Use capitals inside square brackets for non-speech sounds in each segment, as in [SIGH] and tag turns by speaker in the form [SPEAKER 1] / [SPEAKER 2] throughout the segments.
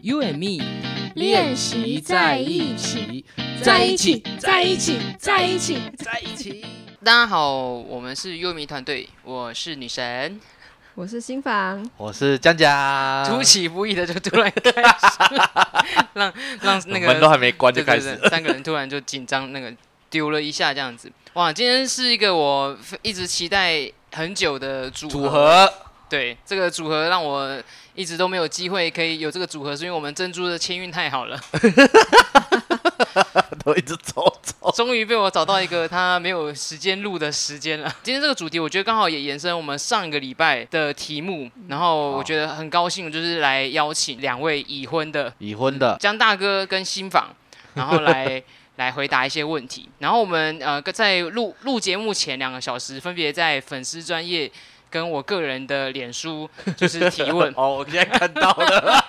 [SPEAKER 1] You and me
[SPEAKER 2] 练习在一起，
[SPEAKER 1] 在一起，在一起，在一起，
[SPEAKER 3] 在一起。大家好，我们是优迷团队，我是女神，
[SPEAKER 2] 我是新房，
[SPEAKER 4] 我是江江，
[SPEAKER 3] 出其不意的就突然开
[SPEAKER 4] [LAUGHS]
[SPEAKER 3] 始，让让那
[SPEAKER 4] 门都
[SPEAKER 3] 个
[SPEAKER 4] 还没关就
[SPEAKER 3] 对
[SPEAKER 4] 开
[SPEAKER 3] 对
[SPEAKER 4] 始
[SPEAKER 3] 对
[SPEAKER 4] 了，
[SPEAKER 3] 三个人突然就紧张那个丢了一下这样子。哇，今天是一个我一直期待很久的组合，
[SPEAKER 4] 组合
[SPEAKER 3] 对这个组合让我一直都没有机会可以有这个组合，是因为我们珍珠的签运太好了，
[SPEAKER 4] 都一直走走，
[SPEAKER 3] 终于被我找到一个他没有时间录的时间了。今天这个主题，我觉得刚好也延伸我们上个礼拜的题目，然后我觉得很高兴，就是来邀请两位已婚的
[SPEAKER 4] 已婚的。
[SPEAKER 3] 江大哥跟新房，然后来来回答一些问题。然后我们呃在录录节目前两个小时，分别在粉丝专业跟我个人的脸书就是提问 [LAUGHS]
[SPEAKER 4] 哦，我现在看到了，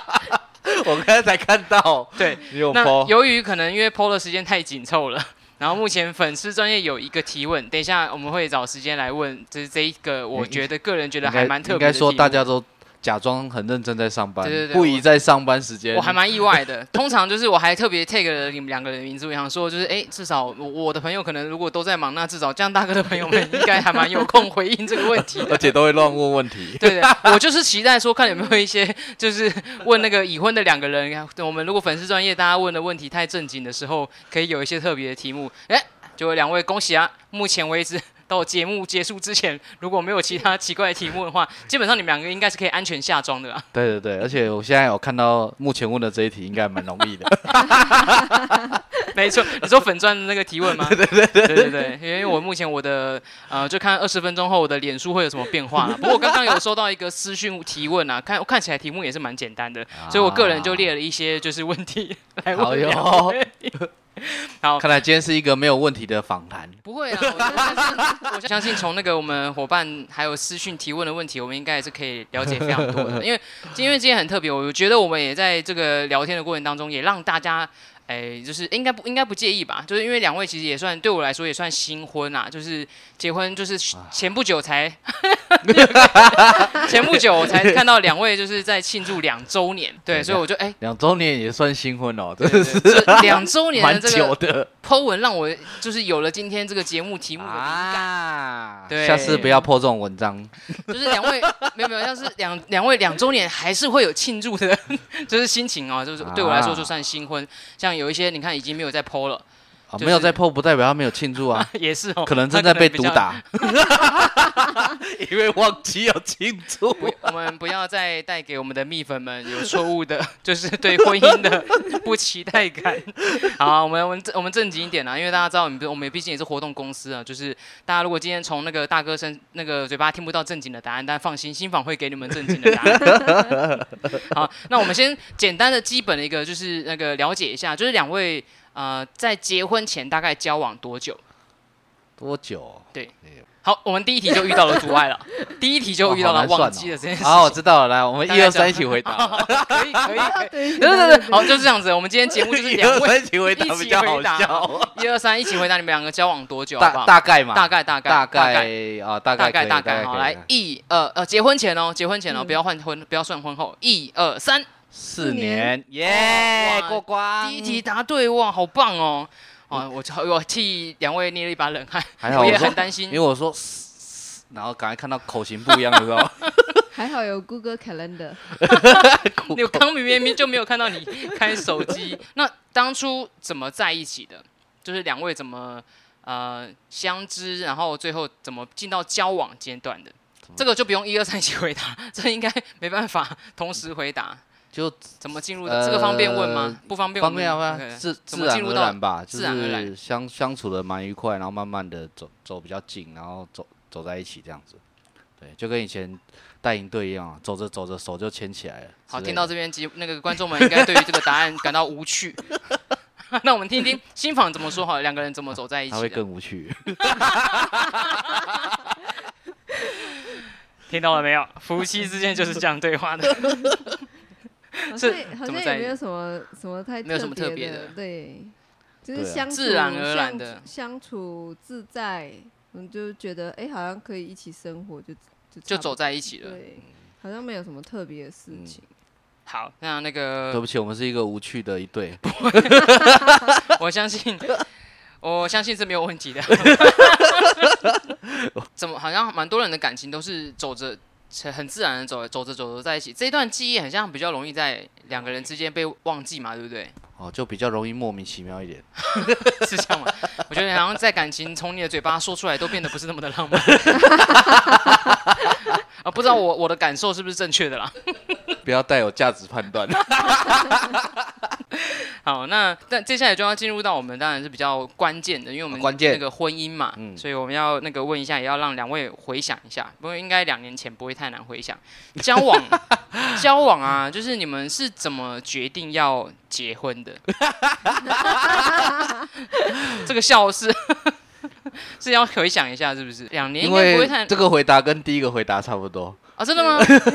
[SPEAKER 4] [LAUGHS] 我刚才才看到，
[SPEAKER 3] 对，
[SPEAKER 4] 你有
[SPEAKER 3] 那
[SPEAKER 4] po
[SPEAKER 3] 由于可能因为 PO 的时间太紧凑了， [LAUGHS] 然后目前粉丝专业有一个提问，等一下我们会找时间来问，就是这一个我觉得个人觉得还蛮特
[SPEAKER 4] 应
[SPEAKER 3] 别的
[SPEAKER 4] 该
[SPEAKER 3] 题
[SPEAKER 4] 说
[SPEAKER 3] 目。
[SPEAKER 4] 大家都假装很认真在上班
[SPEAKER 3] 对对，对
[SPEAKER 4] 不
[SPEAKER 3] 我
[SPEAKER 4] 宜在上班时间。
[SPEAKER 3] 我还蛮意外的， [LAUGHS] 通常就是我还特别 take 了你们两个人的名字，我想说就是哎，至少我我的朋友可能如果都在忙，那至少江大哥的朋友们应该还蛮有空回应这个问题的
[SPEAKER 4] [LAUGHS] 而。且都会乱问问题。
[SPEAKER 3] 对对，我就是期待说看有没有一些，就是问那个已婚的两个人，我们如果粉丝专业大家问的问题太正经的时候，可以有一些特别的题目。哎，就两位恭喜啊！目前为止到节目结束之前，如果没有其他奇怪的题目的话，基本上你们两个应该是可以安全下庄的啊啦。
[SPEAKER 4] 对对 [LAUGHS] 对，而且我现在有看到目前问的这一题，应该蛮容易 [LAUGHS] 的。
[SPEAKER 3] [LAUGHS] 没错，你说粉钻的那个提问吗？对对对对对因为我目前我的呃，就看二十分钟后我的脸书会有什么变化啦。不过我刚刚有收到一个私讯提问啊，看看起来题目也是蛮简单的，所以我个人就列了一些就是问
[SPEAKER 4] [LAUGHS]
[SPEAKER 3] 题来
[SPEAKER 4] 啊好
[SPEAKER 3] 问
[SPEAKER 4] 哟
[SPEAKER 3] 两位。
[SPEAKER 4] [LAUGHS]
[SPEAKER 3] 好
[SPEAKER 4] 看来今天是一个没有问题的访谈。
[SPEAKER 3] 不会啊，我相信我相信从那个我们伙伴还有私讯提问的问题，我们应该也是可以了解非常多的。
[SPEAKER 4] [LAUGHS]
[SPEAKER 3] 因为因为今天很特别，我觉得我们也在这个聊天的过程当中，也让大家。哎，就是应该不应该不介意吧？就是因为两位其实也算对我来说也算新婚啦、就是结婚
[SPEAKER 4] 啊
[SPEAKER 3] 就是前不久
[SPEAKER 4] [LAUGHS]
[SPEAKER 3] 才，前不久我才看到两位就是在庆祝两周年，对，所以我就哎，
[SPEAKER 4] 两周年也算新婚哦，
[SPEAKER 3] 对
[SPEAKER 4] 真
[SPEAKER 3] 对
[SPEAKER 4] 的是
[SPEAKER 3] 对这两周年
[SPEAKER 4] 蛮
[SPEAKER 3] 的这个
[SPEAKER 4] 久的
[SPEAKER 3] Po 文让我就是有了今天这个节目题目的灵感。
[SPEAKER 4] 啊
[SPEAKER 3] 对
[SPEAKER 4] 下次不要破这种文章。
[SPEAKER 3] 就是两位 [LAUGHS] 没有没有，要是两两位两周年还是会有庆祝的， [LAUGHS] 就是心情啊，就是对我来说
[SPEAKER 4] 啊
[SPEAKER 3] 就算新婚，像有一些你看已经没有在 PO 了，
[SPEAKER 4] 啊
[SPEAKER 3] 就是，
[SPEAKER 4] 没有在破，不代表他没有庆祝啊
[SPEAKER 3] [LAUGHS] 也是哦，
[SPEAKER 4] 可能正在被
[SPEAKER 3] 那比
[SPEAKER 4] 毒
[SPEAKER 3] 较。
[SPEAKER 4] 打，
[SPEAKER 3] [LAUGHS]
[SPEAKER 4] 因为忘记要庆祝。
[SPEAKER 3] 不我们不要再带给我们的蜜粉们有错误的， [LAUGHS] 就是对婚姻的不期待感。好啊、我们我们我们正经一点啊，因为大家知道我们我们毕竟也是活动公司啊，就是大家如果今天从那个大哥身那个嘴巴听不到正经的答案，但放心，新房会给你们正经的答案。好，那我们先简单的基本的一个就是那个了解一下，就是两位呃在结婚前大概交往多久？
[SPEAKER 4] 多
[SPEAKER 3] [LAUGHS]
[SPEAKER 4] 久？
[SPEAKER 3] 好，我们第一题就遇到了阻碍了，第一题就遇到了忘记了这件事情。
[SPEAKER 4] 啊好，我知道了，来，我们
[SPEAKER 3] 大
[SPEAKER 4] 一
[SPEAKER 3] 家
[SPEAKER 4] 二
[SPEAKER 3] 讲
[SPEAKER 4] 三一起回答。
[SPEAKER 3] [LAUGHS] 可以可以。可以
[SPEAKER 2] 对 [LAUGHS]
[SPEAKER 3] 对对对，好，就是这样子。我们今天 [LAUGHS] 节目
[SPEAKER 4] [LAUGHS]
[SPEAKER 3] 就是
[SPEAKER 4] 一
[SPEAKER 3] 两
[SPEAKER 4] 二
[SPEAKER 3] 位
[SPEAKER 4] 三一起回答
[SPEAKER 3] 一起
[SPEAKER 4] 比较好
[SPEAKER 3] 回答
[SPEAKER 4] 笑。
[SPEAKER 3] 一二三一起回答，你们两个交往多久？好不
[SPEAKER 4] 大
[SPEAKER 3] 好？
[SPEAKER 4] 大概嘛，
[SPEAKER 3] 大概大概
[SPEAKER 4] 大
[SPEAKER 3] 概
[SPEAKER 4] 概啊，大
[SPEAKER 3] 大
[SPEAKER 4] 概可
[SPEAKER 3] 概
[SPEAKER 4] 以
[SPEAKER 3] 大
[SPEAKER 4] 大
[SPEAKER 3] 概好，
[SPEAKER 4] 可以
[SPEAKER 3] 来一二呃，结婚前哦，结婚前哦，
[SPEAKER 2] 嗯
[SPEAKER 3] 不要换婚，不要算婚后。一二三，
[SPEAKER 4] 四
[SPEAKER 2] 年
[SPEAKER 4] 年，耶
[SPEAKER 3] 哇，
[SPEAKER 4] 过关。
[SPEAKER 3] 第一题答对哇，好棒哦！哦，我就我替两位捏了一把冷汗，
[SPEAKER 4] 还好
[SPEAKER 3] 我也
[SPEAKER 4] 我说
[SPEAKER 3] 很担
[SPEAKER 4] 因
[SPEAKER 3] 心
[SPEAKER 4] 为。我说嘶，嘶然后刚才看到口型不一样的时候，
[SPEAKER 2] 还好有 Google Calendar，
[SPEAKER 3] 你刚明明就没有看到你开手机，那当初怎么在一起的？就是两位怎么呃相知，然后最后怎么进到交往阶段的？这个就不用一二三一起回答，这应该没办法同时回答。
[SPEAKER 4] [LAUGHS] 就
[SPEAKER 3] 怎么进入的？这个方便问吗？不方便我
[SPEAKER 4] 方
[SPEAKER 3] 们。
[SPEAKER 4] 便啊，
[SPEAKER 3] 对
[SPEAKER 4] 自
[SPEAKER 3] 怎
[SPEAKER 4] 自
[SPEAKER 3] 么
[SPEAKER 4] 然
[SPEAKER 3] 进入
[SPEAKER 4] 而
[SPEAKER 3] 到
[SPEAKER 4] 然吧，就
[SPEAKER 3] 自然而然
[SPEAKER 4] 是相相处的蛮愉快，然后慢慢的走走比较近，然后走走在一起这样子。对，就跟以前带营队一样啊，走着走着手就牵起来了之类的。
[SPEAKER 3] 好，听到这边，几那个观众们应该对于这个答案感到无趣。 [LAUGHS] 那我们听听新房怎么说好了，两个人怎么走在一
[SPEAKER 4] 他
[SPEAKER 3] 起
[SPEAKER 4] 会
[SPEAKER 3] 的？
[SPEAKER 4] 更无趣。
[SPEAKER 3] 听到了没有？夫妻之间就是这
[SPEAKER 2] [LAUGHS]
[SPEAKER 3] 样对话的。
[SPEAKER 2] 好
[SPEAKER 3] 是
[SPEAKER 2] 像也好
[SPEAKER 3] 怎么
[SPEAKER 2] 像
[SPEAKER 3] 在
[SPEAKER 2] 也没有什么什么太
[SPEAKER 3] 没有什么特别
[SPEAKER 2] 别
[SPEAKER 3] 的
[SPEAKER 2] 对，就
[SPEAKER 4] 对
[SPEAKER 2] 是
[SPEAKER 4] 啊
[SPEAKER 2] 相处
[SPEAKER 3] 自然而然的
[SPEAKER 2] 相相处自在，嗯，就觉得哎，好像可以一起生活，就就
[SPEAKER 3] 就
[SPEAKER 2] 差不
[SPEAKER 3] 走在一起
[SPEAKER 2] 多
[SPEAKER 3] 了。
[SPEAKER 2] 对，好像没有什么特别的事
[SPEAKER 4] 嗯
[SPEAKER 2] 情，
[SPEAKER 3] 好，那那个
[SPEAKER 4] [LAUGHS] 对不起，我们是一个无趣的一对。
[SPEAKER 3] 我相信，我相信是没有问题的。怎么好像蛮多人的感情都是走着很自然的走走着走着在一起，这一段记忆很像比较容易在两个人之间被忘记嘛，对不对？
[SPEAKER 4] 哦，就比较容易莫名其妙一点。
[SPEAKER 3] 是这样吗？我觉得好像在感情从你的嘴巴说出来都变得不是那么的浪漫。 [LAUGHS] 啊，不知道我我的感受是不是正确的啦？
[SPEAKER 4] 不要带有价值判
[SPEAKER 3] [LAUGHS]
[SPEAKER 4] 断。
[SPEAKER 3] 好，那但接下来就要进入到我们当然是比较关键的，因为我们
[SPEAKER 4] 啊关键
[SPEAKER 3] 那个婚姻嘛，
[SPEAKER 4] 嗯
[SPEAKER 3] 所以我们要那个问一下，也要让两位回想一下，不过应该两年前不会太难回想。交往，
[SPEAKER 4] [LAUGHS]
[SPEAKER 3] 交往啊，就是你们是怎么决定要结婚的？ [LAUGHS] 这个笑是是要回想一下，是不是？两年
[SPEAKER 4] 因
[SPEAKER 3] 应该不会
[SPEAKER 4] 为
[SPEAKER 3] 太
[SPEAKER 4] 这个回答跟第一个回答差不多。
[SPEAKER 3] 啊，真的吗？走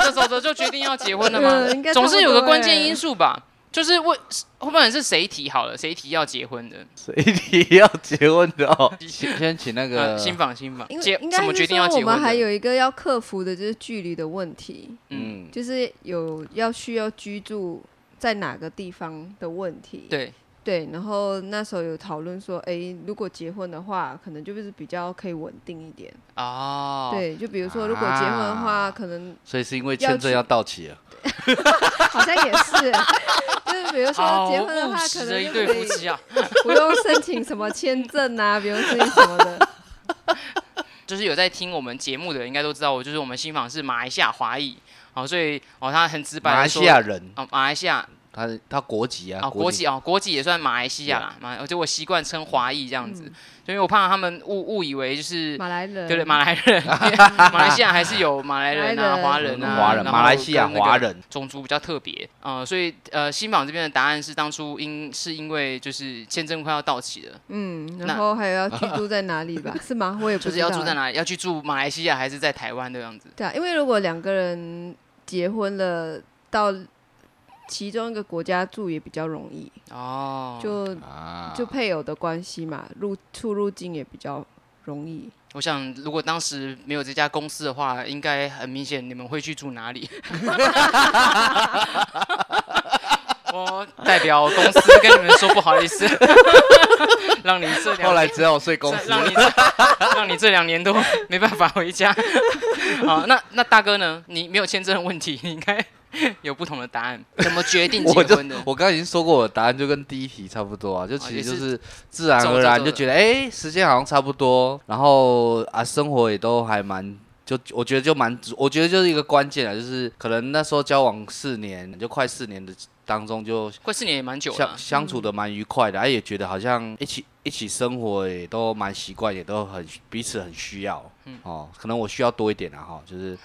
[SPEAKER 3] 着走着就决定要结婚了吗
[SPEAKER 2] 嗯应？该
[SPEAKER 3] 总是有个
[SPEAKER 2] 差不多欸
[SPEAKER 3] 关键因素吧，就是为后半是谁提好了，谁提要结婚的？
[SPEAKER 4] 谁提 [LAUGHS] 要结婚的哦？
[SPEAKER 3] [LAUGHS]
[SPEAKER 4] 先先请那
[SPEAKER 3] 呃，
[SPEAKER 4] 个
[SPEAKER 3] 新房新房
[SPEAKER 2] 因，
[SPEAKER 3] 结
[SPEAKER 2] 为应
[SPEAKER 3] 怎么
[SPEAKER 2] 该
[SPEAKER 3] 决
[SPEAKER 2] 是
[SPEAKER 3] 定
[SPEAKER 2] 说
[SPEAKER 3] 要
[SPEAKER 2] 我
[SPEAKER 3] 结
[SPEAKER 2] 们
[SPEAKER 3] 婚
[SPEAKER 2] 还
[SPEAKER 3] 的？
[SPEAKER 2] 有一个要克服的就是距离的问题，
[SPEAKER 4] 嗯，
[SPEAKER 2] 就是有要需要居住在哪个地方的问题。
[SPEAKER 3] 对，
[SPEAKER 2] 对，然后那时候有讨论说，诶，如果结婚的话，可能就是比较可以稳定一点。
[SPEAKER 3] 哦，
[SPEAKER 2] 对，就比如说如果结婚的话，
[SPEAKER 4] 啊
[SPEAKER 2] 可能
[SPEAKER 4] 所以是因为签证要到期了，
[SPEAKER 2] 好像也是， [LAUGHS] 就是比如
[SPEAKER 3] 好
[SPEAKER 2] 说结婚的
[SPEAKER 3] 务
[SPEAKER 2] 话，可
[SPEAKER 3] 实的
[SPEAKER 2] 能
[SPEAKER 3] 一
[SPEAKER 2] 就
[SPEAKER 3] 对
[SPEAKER 2] 可以
[SPEAKER 3] 夫妻啊，
[SPEAKER 2] 不用申请什么签证啊，不用申请什么的。
[SPEAKER 3] 就是有在听我们节目的人应该都知道，我就是我们新房是马来西亚华裔，哦，所以哦，他很直白
[SPEAKER 4] 马
[SPEAKER 3] 地
[SPEAKER 4] 来
[SPEAKER 3] 说，
[SPEAKER 4] 西亚人，
[SPEAKER 3] 哦，马来西亚
[SPEAKER 4] 他他国籍啊，
[SPEAKER 3] 啊，国籍哦，国籍也算马来西亚啦，马，我就我习惯称华裔这样子，就因为我怕他们误误以为就是
[SPEAKER 2] 嗯马来人，
[SPEAKER 3] 对对，马来人， [LAUGHS] 马来西亚还是有马来人啊、华
[SPEAKER 2] 马来
[SPEAKER 3] 人
[SPEAKER 4] 嗯
[SPEAKER 3] 啊、
[SPEAKER 4] 华人
[SPEAKER 3] 然后
[SPEAKER 4] 马来西亚
[SPEAKER 3] 跟那个
[SPEAKER 4] 华人
[SPEAKER 3] 种族比较特别，呃，所以呃，新榜这边的答案是当初因是因为就是签证快要到期了，
[SPEAKER 2] 嗯，
[SPEAKER 3] 那
[SPEAKER 2] 然后还有要居住在哪
[SPEAKER 3] [LAUGHS]
[SPEAKER 2] 里吧？是吗？我也不
[SPEAKER 3] 就是
[SPEAKER 2] 知道。
[SPEAKER 3] 要住在哪里，要去住马来西亚还是在台湾的样子？
[SPEAKER 2] 对啊，因为如果两个人结婚了，到其中一个国家住也比较容易，
[SPEAKER 3] 哦，
[SPEAKER 2] 就
[SPEAKER 4] 啊，
[SPEAKER 2] 就配偶的关系嘛，入出入境也比较容易。
[SPEAKER 3] 我想如果当时没有这家公司的话，应该很明显你们会去住哪里。 [LAUGHS] 我代表公司跟你们说不好意思， [LAUGHS] 让你这两
[SPEAKER 4] [LAUGHS] 后来只好睡公
[SPEAKER 3] 这
[SPEAKER 4] 司。
[SPEAKER 3] 让你这让你这两年都没办法回家。 [LAUGHS] 好，那那大哥呢？你没有签证的问题，你应该有不同的答案。怎么决定结
[SPEAKER 4] 我就
[SPEAKER 3] 婚的？
[SPEAKER 4] [LAUGHS] 我刚刚已经说过，我的答案就跟第一题差不多啊，就其
[SPEAKER 3] 也
[SPEAKER 4] 实就是是自然
[SPEAKER 3] 走着
[SPEAKER 4] 而然
[SPEAKER 3] 走
[SPEAKER 4] 就
[SPEAKER 3] 着
[SPEAKER 4] 觉得，哎，时间好像差不多，然后啊，生活也都还蛮。就我觉得就蛮，我觉得就是一个关键啊，就是可能那时候交往四年，就快四年的当中，就
[SPEAKER 3] 快四年也蛮久了嗯
[SPEAKER 4] 相。相处的蛮愉快的，哎、也觉得好像一起一起生活也都蛮习惯，也都很彼此很需要。
[SPEAKER 3] 嗯
[SPEAKER 4] 哦，可能我需要多一点啊，哈，就是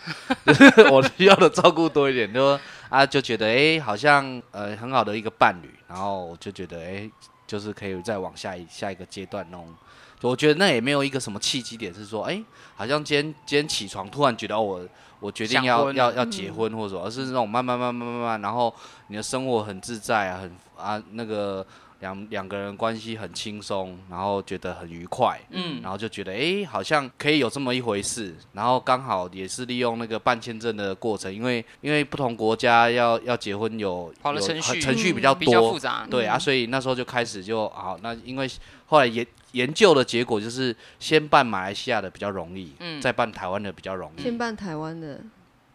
[SPEAKER 4] 就是 [LAUGHS] 我需要的照顾多一点，就说啊就觉得哎、好像呃很好的一个伴侣，然后我就觉得哎、就是可以再往下一下一个阶段弄。就我觉得那也没有一个什么契机点，是说哎、好像今天今天起床突然觉得哦我我决定
[SPEAKER 3] 想
[SPEAKER 4] 要
[SPEAKER 3] 婚
[SPEAKER 4] 要
[SPEAKER 3] 了嗯
[SPEAKER 4] 要结婚或者什么，而是那种慢慢慢慢慢慢，然后你的生活很自在啊，很啊那个两两个人关系很轻松，然后觉得很愉快，
[SPEAKER 3] 嗯，
[SPEAKER 4] 然后就觉得哎、诶好像可以有这么一回事。然后刚好也是利用那个办签证的过程，因为因为不同国家要要结婚有
[SPEAKER 3] 跑了
[SPEAKER 4] 有
[SPEAKER 3] 程序
[SPEAKER 4] 很程序
[SPEAKER 2] 嗯
[SPEAKER 4] 比较
[SPEAKER 3] 比
[SPEAKER 4] 多，
[SPEAKER 3] 较复
[SPEAKER 4] [LAUGHS]
[SPEAKER 3] 杂。嗯
[SPEAKER 4] 对啊，所以那时候就开始就好。那因为后来研研究的结果就是，先办马来西亚的比较容易，
[SPEAKER 3] 嗯
[SPEAKER 4] 再办台湾的比较容易
[SPEAKER 2] 先办台湾的，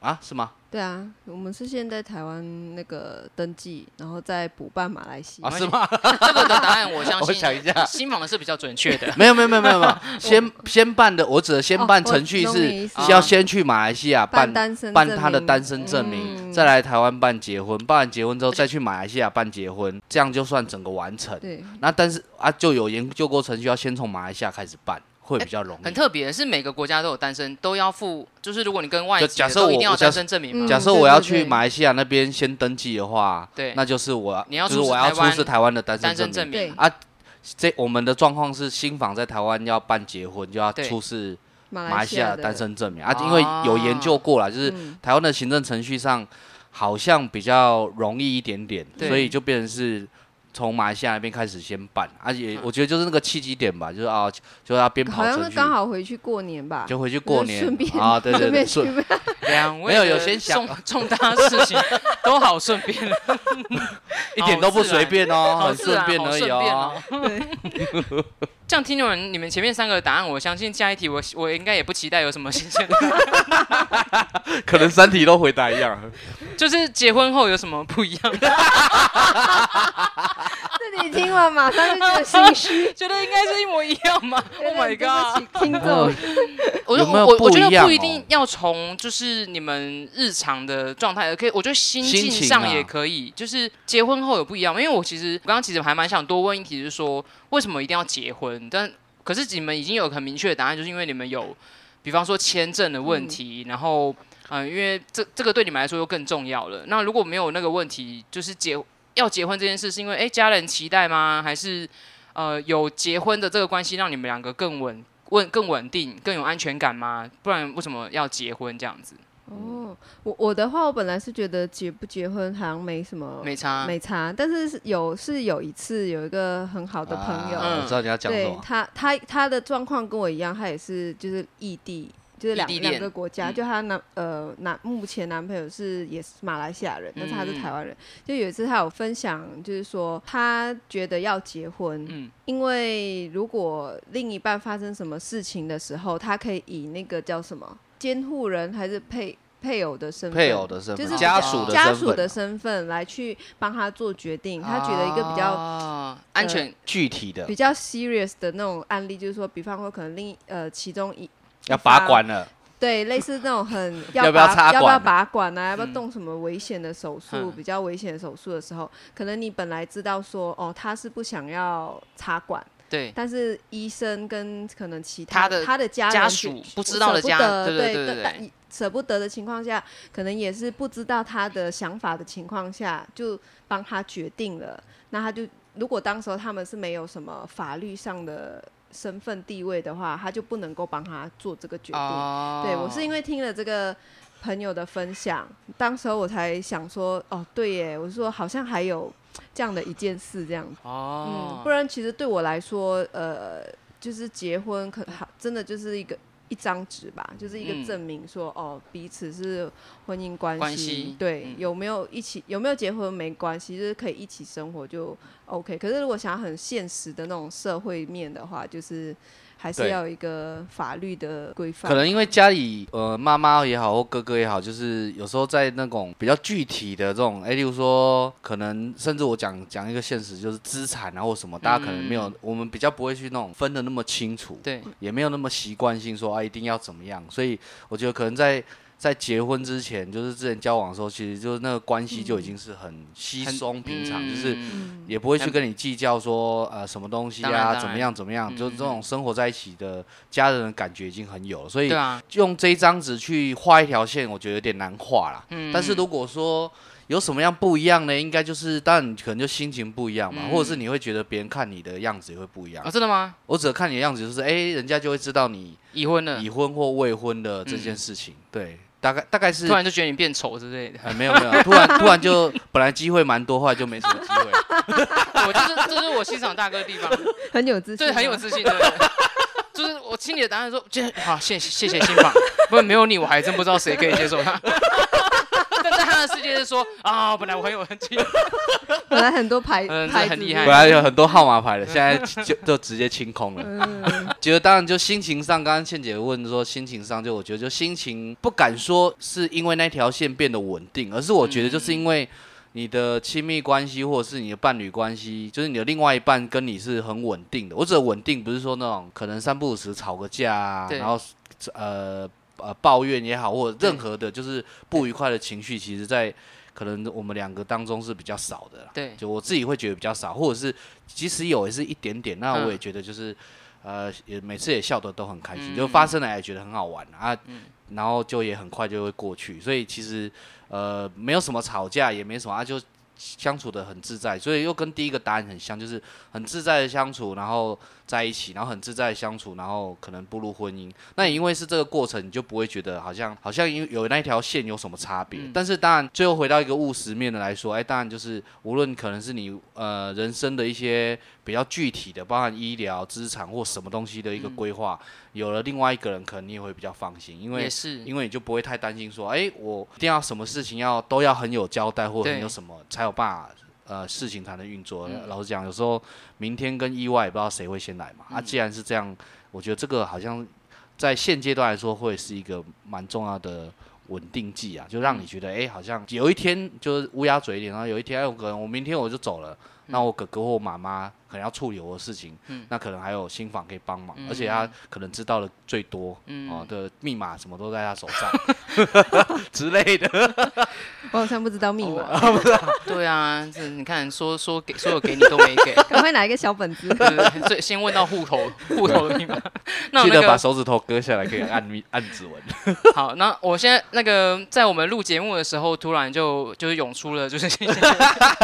[SPEAKER 4] 啊？是吗？
[SPEAKER 2] 对啊，我们是先在台湾那个登记，然后再补办马来西亚。
[SPEAKER 4] 啊，是吗？
[SPEAKER 3] 这个的答案我相
[SPEAKER 4] [LAUGHS] 我想啊
[SPEAKER 3] 信
[SPEAKER 4] 一下，
[SPEAKER 3] 新房的是比较准确的。
[SPEAKER 4] [LAUGHS] 没有没有没有没有
[SPEAKER 2] [LAUGHS]
[SPEAKER 4] 没有，先先办的，我指的先
[SPEAKER 2] 哦
[SPEAKER 4] 办
[SPEAKER 2] 我
[SPEAKER 4] 程序
[SPEAKER 2] 懂你
[SPEAKER 4] 是
[SPEAKER 2] 意思
[SPEAKER 4] 要先去马来西亚办
[SPEAKER 2] 办单身
[SPEAKER 4] 办
[SPEAKER 2] 证
[SPEAKER 4] 他的
[SPEAKER 2] 明
[SPEAKER 4] 单身证明，
[SPEAKER 2] 嗯
[SPEAKER 4] 再来台湾办结婚，办完结婚之后再去马来西亚办结婚，这样就算整个完成。
[SPEAKER 2] 嗯对，
[SPEAKER 4] 那但是啊，就有研究过程序，要先从马来西亚开始办，会比较容
[SPEAKER 3] 很
[SPEAKER 4] 易。
[SPEAKER 3] 特别，是每个国家都有单身，都要付，就是如果你跟外
[SPEAKER 4] 就
[SPEAKER 3] 籍
[SPEAKER 4] 假
[SPEAKER 3] 的
[SPEAKER 4] 设
[SPEAKER 3] 都一
[SPEAKER 4] 我
[SPEAKER 3] 定要
[SPEAKER 4] 我假
[SPEAKER 3] 单
[SPEAKER 4] 设
[SPEAKER 3] 身证明嘛。
[SPEAKER 2] 嗯
[SPEAKER 4] 假设
[SPEAKER 2] 对
[SPEAKER 4] 我要
[SPEAKER 2] 对
[SPEAKER 4] 去
[SPEAKER 2] 对
[SPEAKER 4] 马来西亚那边先登记的话，
[SPEAKER 3] 对
[SPEAKER 4] 那就是我
[SPEAKER 3] 你要
[SPEAKER 4] 就是
[SPEAKER 3] 出示
[SPEAKER 4] 我要
[SPEAKER 3] 台
[SPEAKER 4] 出
[SPEAKER 3] 湾
[SPEAKER 4] 示台湾的单
[SPEAKER 3] 单身
[SPEAKER 4] 身证
[SPEAKER 3] 证
[SPEAKER 4] 明。
[SPEAKER 3] 明
[SPEAKER 2] 对
[SPEAKER 4] 这我们的状况是新房在台湾要办结婚，就要
[SPEAKER 3] 对
[SPEAKER 4] 出示
[SPEAKER 2] 马
[SPEAKER 4] 马来西亚
[SPEAKER 2] 的哦
[SPEAKER 4] 的单身证明啊，因为有研究过啦，就是
[SPEAKER 2] 嗯
[SPEAKER 4] 台湾的行政程序上好像比较容易一点点，
[SPEAKER 3] 对
[SPEAKER 4] 所以就变成是从马来西亚那边开始先办，而、且我觉得就是那个契机点吧，就是啊，就是要边跑
[SPEAKER 2] 嗯好像
[SPEAKER 4] 程
[SPEAKER 2] 是
[SPEAKER 4] 序，
[SPEAKER 2] 刚好回去过年吧，
[SPEAKER 4] 就回去过年
[SPEAKER 2] 顺便
[SPEAKER 4] 啊，对对
[SPEAKER 2] 顺便
[SPEAKER 4] 对，
[SPEAKER 2] 去
[SPEAKER 4] 顺
[SPEAKER 2] 吧。
[SPEAKER 3] 两位
[SPEAKER 4] 没有有
[SPEAKER 3] 的
[SPEAKER 4] 先想
[SPEAKER 3] 重重大事情都好顺便，
[SPEAKER 4] 一点都不随便哦，
[SPEAKER 3] 好
[SPEAKER 4] 很
[SPEAKER 3] 自然
[SPEAKER 4] 顺
[SPEAKER 2] 啊
[SPEAKER 4] 便而已
[SPEAKER 3] 好
[SPEAKER 4] 哦。
[SPEAKER 3] [LAUGHS] 这样听众们，你们前面三个答案，我相信下一题我我应该也不期待有什么新鲜的，
[SPEAKER 4] 可能三题都回答一样，
[SPEAKER 3] 就是结婚后有什么不一样 [LAUGHS] 的，。
[SPEAKER 2] 这你听完马上就觉得心虚
[SPEAKER 3] 觉得应该是一模一样 [LAUGHS]
[SPEAKER 2] [LAUGHS]
[SPEAKER 3] 吗
[SPEAKER 2] 有
[SPEAKER 3] ？Oh my
[SPEAKER 2] 点对不
[SPEAKER 3] god！Oh
[SPEAKER 2] 起听众，
[SPEAKER 3] 我就
[SPEAKER 4] 有没有
[SPEAKER 3] 我我
[SPEAKER 4] 不
[SPEAKER 3] 觉
[SPEAKER 4] 一
[SPEAKER 3] 得
[SPEAKER 4] 样
[SPEAKER 3] 不一
[SPEAKER 4] 哦
[SPEAKER 3] 定要从就是你们日常的状态，可以我觉得心
[SPEAKER 4] 心
[SPEAKER 3] 境
[SPEAKER 4] 情
[SPEAKER 3] 上
[SPEAKER 4] 啊
[SPEAKER 3] 也可以，就是结婚后有不一样吗。因为我其实我刚刚其实还蛮想多问一题，就是说为什么一定要结婚？但可是你们已经有很明确的答案，就是因为你们有，比方说签证的问题，然后嗯、呃因为这这个对你们来说又更重要了。那如果没有那个问题，就是结要结婚这件事，是因为哎、诶家人期待吗？还是呃有结婚的这个关系让你们两个更稳稳更稳定、更有安全感吗？不然为什么要结婚这样子？
[SPEAKER 2] 哦，我我的话，我本来是觉得结不结婚好像没什么
[SPEAKER 3] 没差，
[SPEAKER 2] 哦没差，但是是有是有一次有一个很好
[SPEAKER 4] 我
[SPEAKER 2] 的朋友，
[SPEAKER 3] 嗯
[SPEAKER 4] 啊我知道你要讲什
[SPEAKER 2] 对
[SPEAKER 4] 么，
[SPEAKER 2] 他他他的状况跟我一样，他也是就是异地，就是两
[SPEAKER 3] 异地恋
[SPEAKER 2] 两个国家，
[SPEAKER 3] 嗯
[SPEAKER 2] 就他男呃男目前男朋友是也是马来西亚人，但是他是
[SPEAKER 3] 嗯
[SPEAKER 2] 台湾人。就有一次他有分享，就是说他觉得要结婚，
[SPEAKER 3] 嗯
[SPEAKER 2] 因为如果另一半发生什么事情的时候，他可以以那个叫什么监护人还是配配偶的身份，
[SPEAKER 4] 配偶的身
[SPEAKER 2] 就
[SPEAKER 4] 份
[SPEAKER 2] 是比
[SPEAKER 4] 啊，家
[SPEAKER 2] 较
[SPEAKER 4] 属的
[SPEAKER 2] 家
[SPEAKER 4] 身
[SPEAKER 2] 属的
[SPEAKER 4] 份啊，
[SPEAKER 2] 身份来去帮他做决定，他觉得一个比较
[SPEAKER 3] 啊安全，
[SPEAKER 4] 具体的
[SPEAKER 2] 比较 serious 的那种案例，就是说，比方说可能另一呃其中一
[SPEAKER 4] 要
[SPEAKER 2] 一方
[SPEAKER 4] 拔管了，
[SPEAKER 2] 对类似那种
[SPEAKER 4] [LAUGHS]
[SPEAKER 2] 很
[SPEAKER 4] 要不要
[SPEAKER 2] 拔
[SPEAKER 4] 插
[SPEAKER 2] 要不
[SPEAKER 4] 管
[SPEAKER 2] 要拔管啊，要不要
[SPEAKER 3] 嗯
[SPEAKER 2] 动什么危险的手术、
[SPEAKER 3] 嗯
[SPEAKER 2] 比较危险的手术的时候，可能你本来知道说哦他是不想要插管，
[SPEAKER 3] 对，
[SPEAKER 2] 但是医生跟可能其
[SPEAKER 3] 他
[SPEAKER 2] 的
[SPEAKER 3] 的
[SPEAKER 2] 他的家人
[SPEAKER 3] 家
[SPEAKER 2] 就
[SPEAKER 3] 属不知道的
[SPEAKER 2] 舍
[SPEAKER 3] 家
[SPEAKER 2] 得
[SPEAKER 3] 对对
[SPEAKER 2] 对
[SPEAKER 3] 对对对
[SPEAKER 2] 但但舍不得的情况下，可能也是不知道他的想法的情况下，就帮他决定了。那他就如果当时候他们是没有什么法律上的身份地位的话，他就不能够帮他做这个决定。
[SPEAKER 3] 哦
[SPEAKER 2] 对我是因为听了这个朋友的分享，当时候我才想说，哦，对耶，我说好像还有这样的一件事这样子。嗯，
[SPEAKER 3] 哦
[SPEAKER 2] 不，然其实对我来说，呃，就是结婚可好，真的就是一个一张纸吧，就是一
[SPEAKER 3] 嗯
[SPEAKER 2] 个证明说，哦，彼此是婚姻关系，
[SPEAKER 3] 关系
[SPEAKER 2] 对，
[SPEAKER 3] 嗯
[SPEAKER 2] 有没有一起有没有结婚没关系，就是可以一起生活就 OK。可是如果想要很现实的那种社会面的话，就是还是
[SPEAKER 4] 对
[SPEAKER 2] 要有一个法律的规范，
[SPEAKER 4] 可能因为家里呃妈妈也好或哥哥也好，就是有时候在那种比较具体的这种，哎，例如说可能甚至我讲讲一个现实，就是资产啊或什么，大家可能没有，
[SPEAKER 3] 嗯
[SPEAKER 4] 我们比较不会去那种分的那么清楚，
[SPEAKER 2] 嗯
[SPEAKER 3] 对，
[SPEAKER 4] 也没有那么习惯性说啊一定要怎么样，所以我觉得可能在。在结婚之前，就是之前交往的时候，其实就是那个关系就已经是很稀
[SPEAKER 3] 很
[SPEAKER 4] 松平常，就是
[SPEAKER 3] 嗯
[SPEAKER 4] 也不会去
[SPEAKER 3] 很
[SPEAKER 4] 跟你计较说呃什么东西
[SPEAKER 3] 当然当
[SPEAKER 4] 啊
[SPEAKER 3] 然
[SPEAKER 4] 怎么样怎么样，
[SPEAKER 3] 嗯
[SPEAKER 4] 就
[SPEAKER 3] 嗯
[SPEAKER 4] 这种生活在一起的家人的感觉已经很有了，所以
[SPEAKER 3] 对啊，
[SPEAKER 4] 用这一张纸去画一条线，我觉得有点难画啦。
[SPEAKER 3] 嗯
[SPEAKER 4] 但是如果说有什么样不一样呢？应该就是，当然你可能就心情不一样嘛，
[SPEAKER 3] 嗯
[SPEAKER 4] 或者是你会觉得别人看你的样子也会不一样。
[SPEAKER 3] 哦，真的吗？
[SPEAKER 4] 我只看你的样子，就是哎、人家就会知道你
[SPEAKER 3] 已婚了
[SPEAKER 4] 已，婚或未婚的这件事情。对，大概大概
[SPEAKER 3] 嗯
[SPEAKER 4] 是。
[SPEAKER 3] 突然就觉得你变丑之类的
[SPEAKER 4] 呃没有没有，突然突然就本来机会蛮多，后来就没什么机
[SPEAKER 3] [LAUGHS]
[SPEAKER 4] 会。
[SPEAKER 3] 我就是这是我欣赏大哥的地方，
[SPEAKER 2] 很有自信
[SPEAKER 3] 对，
[SPEAKER 2] 啊，
[SPEAKER 3] 很有自信的。就是我听你的答案说， [LAUGHS] 这好，谢谢谢谢新房，不然没有你，我还真不知道谁可以接受他。 [LAUGHS] 但在他的世界是说啊、本来我很有很气，
[SPEAKER 2] [LAUGHS] 本来很多
[SPEAKER 3] [LAUGHS]
[SPEAKER 2] 牌
[SPEAKER 3] 嗯这
[SPEAKER 2] 牌
[SPEAKER 3] 很
[SPEAKER 2] 子
[SPEAKER 3] 厉
[SPEAKER 2] 的
[SPEAKER 3] 害
[SPEAKER 4] 本来有很多号码牌的，现在就就直接清空了。
[SPEAKER 2] 嗯，
[SPEAKER 4] 觉得当然就心情上，刚刚倩姐问说心情上，就我觉得就心情不敢说是因为那条线变得稳定，而是我觉得就是因为你的亲密关系或者是你的伴侣关系，就是你的另外一半跟你是很稳定的。我指的稳定不是说那种可能三不五时吵个架啊，
[SPEAKER 3] 对
[SPEAKER 4] 然后呃呃抱怨也好，或者
[SPEAKER 3] 对
[SPEAKER 4] 任何的就是不愉快的情绪，其实在可能我们两个当中是比较少的啦。
[SPEAKER 3] 对，
[SPEAKER 4] 就我自己会觉得比较少，或者是即使有也是一点点。那我也觉得就是，呃，也每次也笑得都很开心，
[SPEAKER 3] 嗯嗯
[SPEAKER 4] 就发生了也觉得很好玩啊，然后就也很快就会过去。所以其实呃，没有什么吵架，也没什么啊，就相处的很自在，所以又跟第一个答案很像，就是很自在的相处，然后在一起，然后很自在的相处，然后可能步入婚姻。那也因为是这个过程，你就不会觉得好像好像有有那一条线有什么差别。
[SPEAKER 3] 嗯
[SPEAKER 4] 但是当然，最后回到一个务实面的来说，哎，当然就是无论可能是你呃人生的一些比较具体的，包含医疗、资产或什么东西的一个
[SPEAKER 3] 嗯
[SPEAKER 4] 规划，有了另外一个人，可能你也会比较放心，因为
[SPEAKER 3] 也是，
[SPEAKER 4] 因为你就不会太担心说，哎、我一定要什么事情要都要很有交代，或
[SPEAKER 3] 对
[SPEAKER 4] 很有什么才有办法，呃，事情才能运作。
[SPEAKER 3] 嗯
[SPEAKER 4] 老实讲，有时候明天跟意外也不知道谁会先来嘛。
[SPEAKER 3] 嗯
[SPEAKER 4] 啊，既然是这样，我觉得这个好像在现阶段来说，会是一个蛮重要的。稳定剂啊，就让
[SPEAKER 3] 嗯
[SPEAKER 4] 你觉得，哎、好像有一天就是乌鸦嘴一点，然后有一天，哎、我可能我明天我就走了，
[SPEAKER 3] 嗯
[SPEAKER 4] 那我哥哥或妈妈可能要处理我的事情，那可能还有新房可以帮忙，
[SPEAKER 3] 嗯
[SPEAKER 4] 而且他可能知道的最多，哦的密码什么都在他手
[SPEAKER 3] [LAUGHS]
[SPEAKER 4] 上之类的。
[SPEAKER 2] 我好像不知道密
[SPEAKER 3] [LAUGHS]
[SPEAKER 2] 码，
[SPEAKER 3] 哦对啊，这你看说说给说有给你都没给， [LAUGHS]
[SPEAKER 2] 赶快拿一个小本子。
[SPEAKER 3] 对啊对对所以先问到户头户头的地方。 [LAUGHS] 那我
[SPEAKER 4] 记
[SPEAKER 3] 那
[SPEAKER 4] 得把
[SPEAKER 3] 个
[SPEAKER 4] 手指头割下来，可以按密 [LAUGHS] 按指纹。
[SPEAKER 3] 好，那我现在那个在我们录节目的时候，突然就就是涌出了就是 [LAUGHS]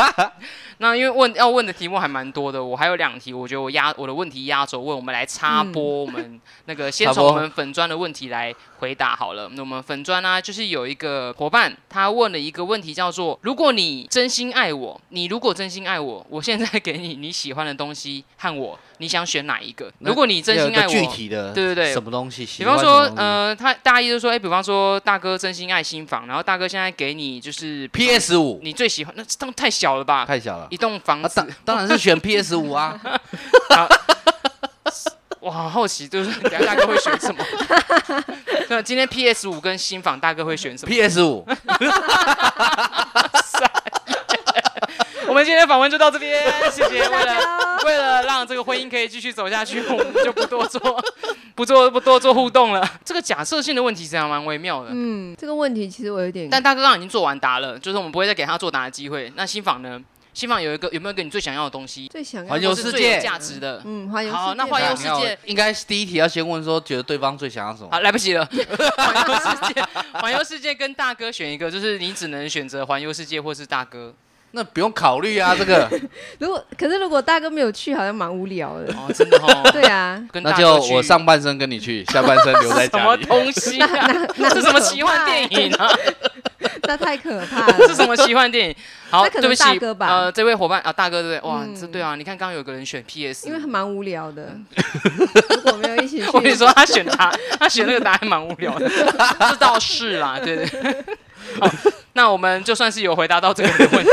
[SPEAKER 3] 那因为问要问的题目还蛮多的，我还有两题，我觉得我压我的问题压轴问，我们来插播我们那个先
[SPEAKER 4] 插
[SPEAKER 3] 从
[SPEAKER 4] 播
[SPEAKER 3] 我们粉砖的问题来回答好了。那我们粉砖呢、就是有一个伙伴他问了一个问题，叫做如果你真心爱我，你如果真心爱我，我现在给你你喜欢的东西和我，你想选哪一个？
[SPEAKER 4] 那
[SPEAKER 3] 如果你真心爱
[SPEAKER 4] 有
[SPEAKER 3] 我，
[SPEAKER 4] 一个具体的，
[SPEAKER 3] 对对对
[SPEAKER 4] 什么东西？喜
[SPEAKER 3] 比
[SPEAKER 4] 欢
[SPEAKER 3] 方说
[SPEAKER 4] 什么，东西
[SPEAKER 3] 呃，他大一就说，哎、比方说大哥真心爱新房，然后大哥现在给你就是
[SPEAKER 4] ，PS 五
[SPEAKER 3] 你最喜欢，那这嗯栋太小了吧？
[SPEAKER 4] 太小了
[SPEAKER 3] 一，栋房
[SPEAKER 4] 啊，
[SPEAKER 3] 子，
[SPEAKER 4] 当当然是选 PS 五
[SPEAKER 3] [LAUGHS]
[SPEAKER 4] 啊。
[SPEAKER 3] 我好好奇，就是等下大哥会选 [LAUGHS] 什么？那今天 PS 五跟新房，大哥会选什么？
[SPEAKER 4] PS 五，
[SPEAKER 3] 我们今天访问就到这边，谢谢。为了为了让这个婚姻可以继续走下去，我们就不多 [LAUGHS] 做，不做不多做互动了。这个假设性的问题实际上蛮微 [LAUGHS] 妙的。
[SPEAKER 2] 嗯，这个问题其实我有点，
[SPEAKER 3] 但大哥刚刚已经做完答了，就是我们不会再给他作答的机会。那新房呢？新房有一个有没有一个你最想要的东西？
[SPEAKER 2] 最想要
[SPEAKER 4] 环游
[SPEAKER 3] 或
[SPEAKER 2] 的
[SPEAKER 3] 是
[SPEAKER 2] 是
[SPEAKER 4] 世
[SPEAKER 3] 最有
[SPEAKER 4] 界
[SPEAKER 3] 价值的。
[SPEAKER 2] 嗯，环游世界吧。
[SPEAKER 3] 好那环游世界
[SPEAKER 4] 应该是第一题要先问说，觉得对方最想要什么？
[SPEAKER 3] 好，来不及
[SPEAKER 2] [LAUGHS]
[SPEAKER 3] 了。环游世界，环游世界跟大哥选一个，就是你只能选择环游世界或是大哥。
[SPEAKER 4] 那不用考虑啊，这个
[SPEAKER 2] 如果可是如果大哥没有去，好像蛮无聊的。
[SPEAKER 3] 哦，真的哦。
[SPEAKER 2] [LAUGHS] 对啊，
[SPEAKER 3] 跟
[SPEAKER 4] 那
[SPEAKER 3] 大
[SPEAKER 4] 就
[SPEAKER 3] 哥去
[SPEAKER 4] 我上半身跟你去，下半身留在
[SPEAKER 3] [LAUGHS] 什
[SPEAKER 4] 家
[SPEAKER 3] 么
[SPEAKER 4] 里。
[SPEAKER 3] 东西啊？这什么奇幻电影啊？
[SPEAKER 2] 那太可怕
[SPEAKER 3] [LAUGHS] 这是
[SPEAKER 2] 了。
[SPEAKER 3] 什么奇幻电影？好，
[SPEAKER 2] 那可能
[SPEAKER 3] 对不起
[SPEAKER 2] 大哥，吧
[SPEAKER 3] 呃，这位伙伴啊，大哥对不对？哇，
[SPEAKER 2] 嗯
[SPEAKER 3] 这对啊，你看刚刚有个人选 PS，
[SPEAKER 2] [LAUGHS] 因为蛮无聊的，如果没有一起去，
[SPEAKER 3] 嗯 [LAUGHS] 我跟你说，他选答，他选那个答案蛮无聊的，这倒是啦，对对对。好，那我们就算是有回答到这个问题，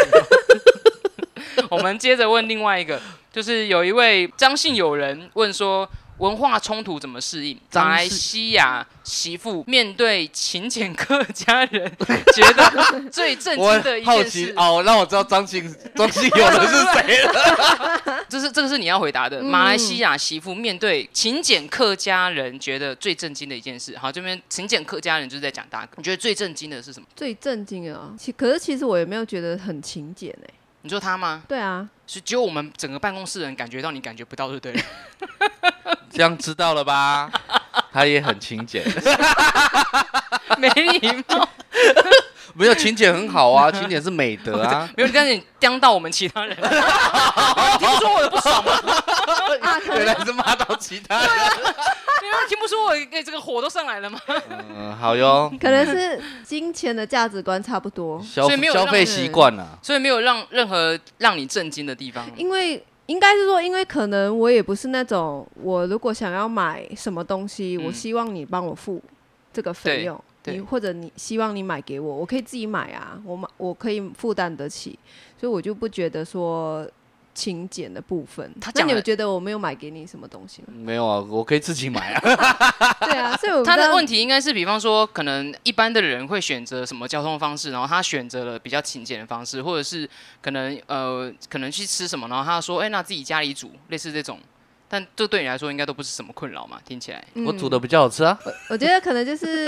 [SPEAKER 3] [LAUGHS] 我们接着问另外一个，就是有一位张姓友人问说。文化冲突怎么适应？
[SPEAKER 4] 张
[SPEAKER 3] 马来
[SPEAKER 4] 氏
[SPEAKER 3] 西亚媳妇面对勤俭客家人，觉得最震
[SPEAKER 4] 我
[SPEAKER 3] 惊的一
[SPEAKER 4] 好
[SPEAKER 3] 件
[SPEAKER 4] 奇
[SPEAKER 3] 事，
[SPEAKER 4] 哦，让我知道张信张信有的是
[SPEAKER 3] [LAUGHS]
[SPEAKER 4] 谁了。
[SPEAKER 3] 这是这个是你要回答的。马来西亚媳妇面对勤俭客家人，觉得最震惊的一件事。好，这边勤俭客家人就是在讲大哥，你觉得最震惊的是什么？
[SPEAKER 2] 最震惊的哦。其可是其实我也没有觉得很勤俭哎。
[SPEAKER 3] 你说他吗？
[SPEAKER 2] 对啊，
[SPEAKER 3] 是只有我们整个办公室的人感觉到，你感觉不到，就对了。
[SPEAKER 4] 这样知道了吧？他也很勤俭，
[SPEAKER 3] [LAUGHS]
[SPEAKER 4] [LAUGHS]
[SPEAKER 3] 没礼貌，
[SPEAKER 4] 没有勤俭很好啊，勤俭是美德
[SPEAKER 3] [LAUGHS]
[SPEAKER 4] 啊。
[SPEAKER 3] [LAUGHS] 没有，但是你刁到我们其他人，你听不 [LAUGHS] 出我的不爽吗？
[SPEAKER 4] 原来是骂到其他人。
[SPEAKER 3] 你们听不出我给这个火都上来了吗？
[SPEAKER 4] 嗯，好哟，
[SPEAKER 2] 可能是金钱的价值观差不多，
[SPEAKER 4] 消
[SPEAKER 3] 所以没有
[SPEAKER 4] 消
[SPEAKER 3] 让
[SPEAKER 4] 费
[SPEAKER 3] 人
[SPEAKER 4] 习惯啊。？
[SPEAKER 3] 所以没有让任何让你震惊的地方。
[SPEAKER 2] 因为应该是说，因为可能我也不是那种，我如果想要买什么东西，
[SPEAKER 3] 嗯
[SPEAKER 2] 我希望你帮我付这个费用，
[SPEAKER 3] 对对
[SPEAKER 2] 你或者你希望你买给我，我可以自己买啊，我买我可以负担得起，所以我就不觉得说勤俭的部分。
[SPEAKER 3] 他
[SPEAKER 2] 那
[SPEAKER 3] 讲
[SPEAKER 2] 你有
[SPEAKER 3] 了
[SPEAKER 2] 觉得我没有买给你什么东西吗
[SPEAKER 3] [LAUGHS]
[SPEAKER 4] 没有啊，我可以自己买啊。
[SPEAKER 2] 对啊，所以我
[SPEAKER 3] 他的问
[SPEAKER 2] 题
[SPEAKER 3] 题应该是，比方说，可能一般的人会选择什么交通方式，然后他选择了比较勤俭的方式，或者是可能呃，可能去吃什么，然后他说，哎、那自己家里煮，类似这种。但这对你来说应该都不是什么困扰嘛？听起来，
[SPEAKER 4] 我煮的比较好吃啊。
[SPEAKER 2] 我觉得可能就是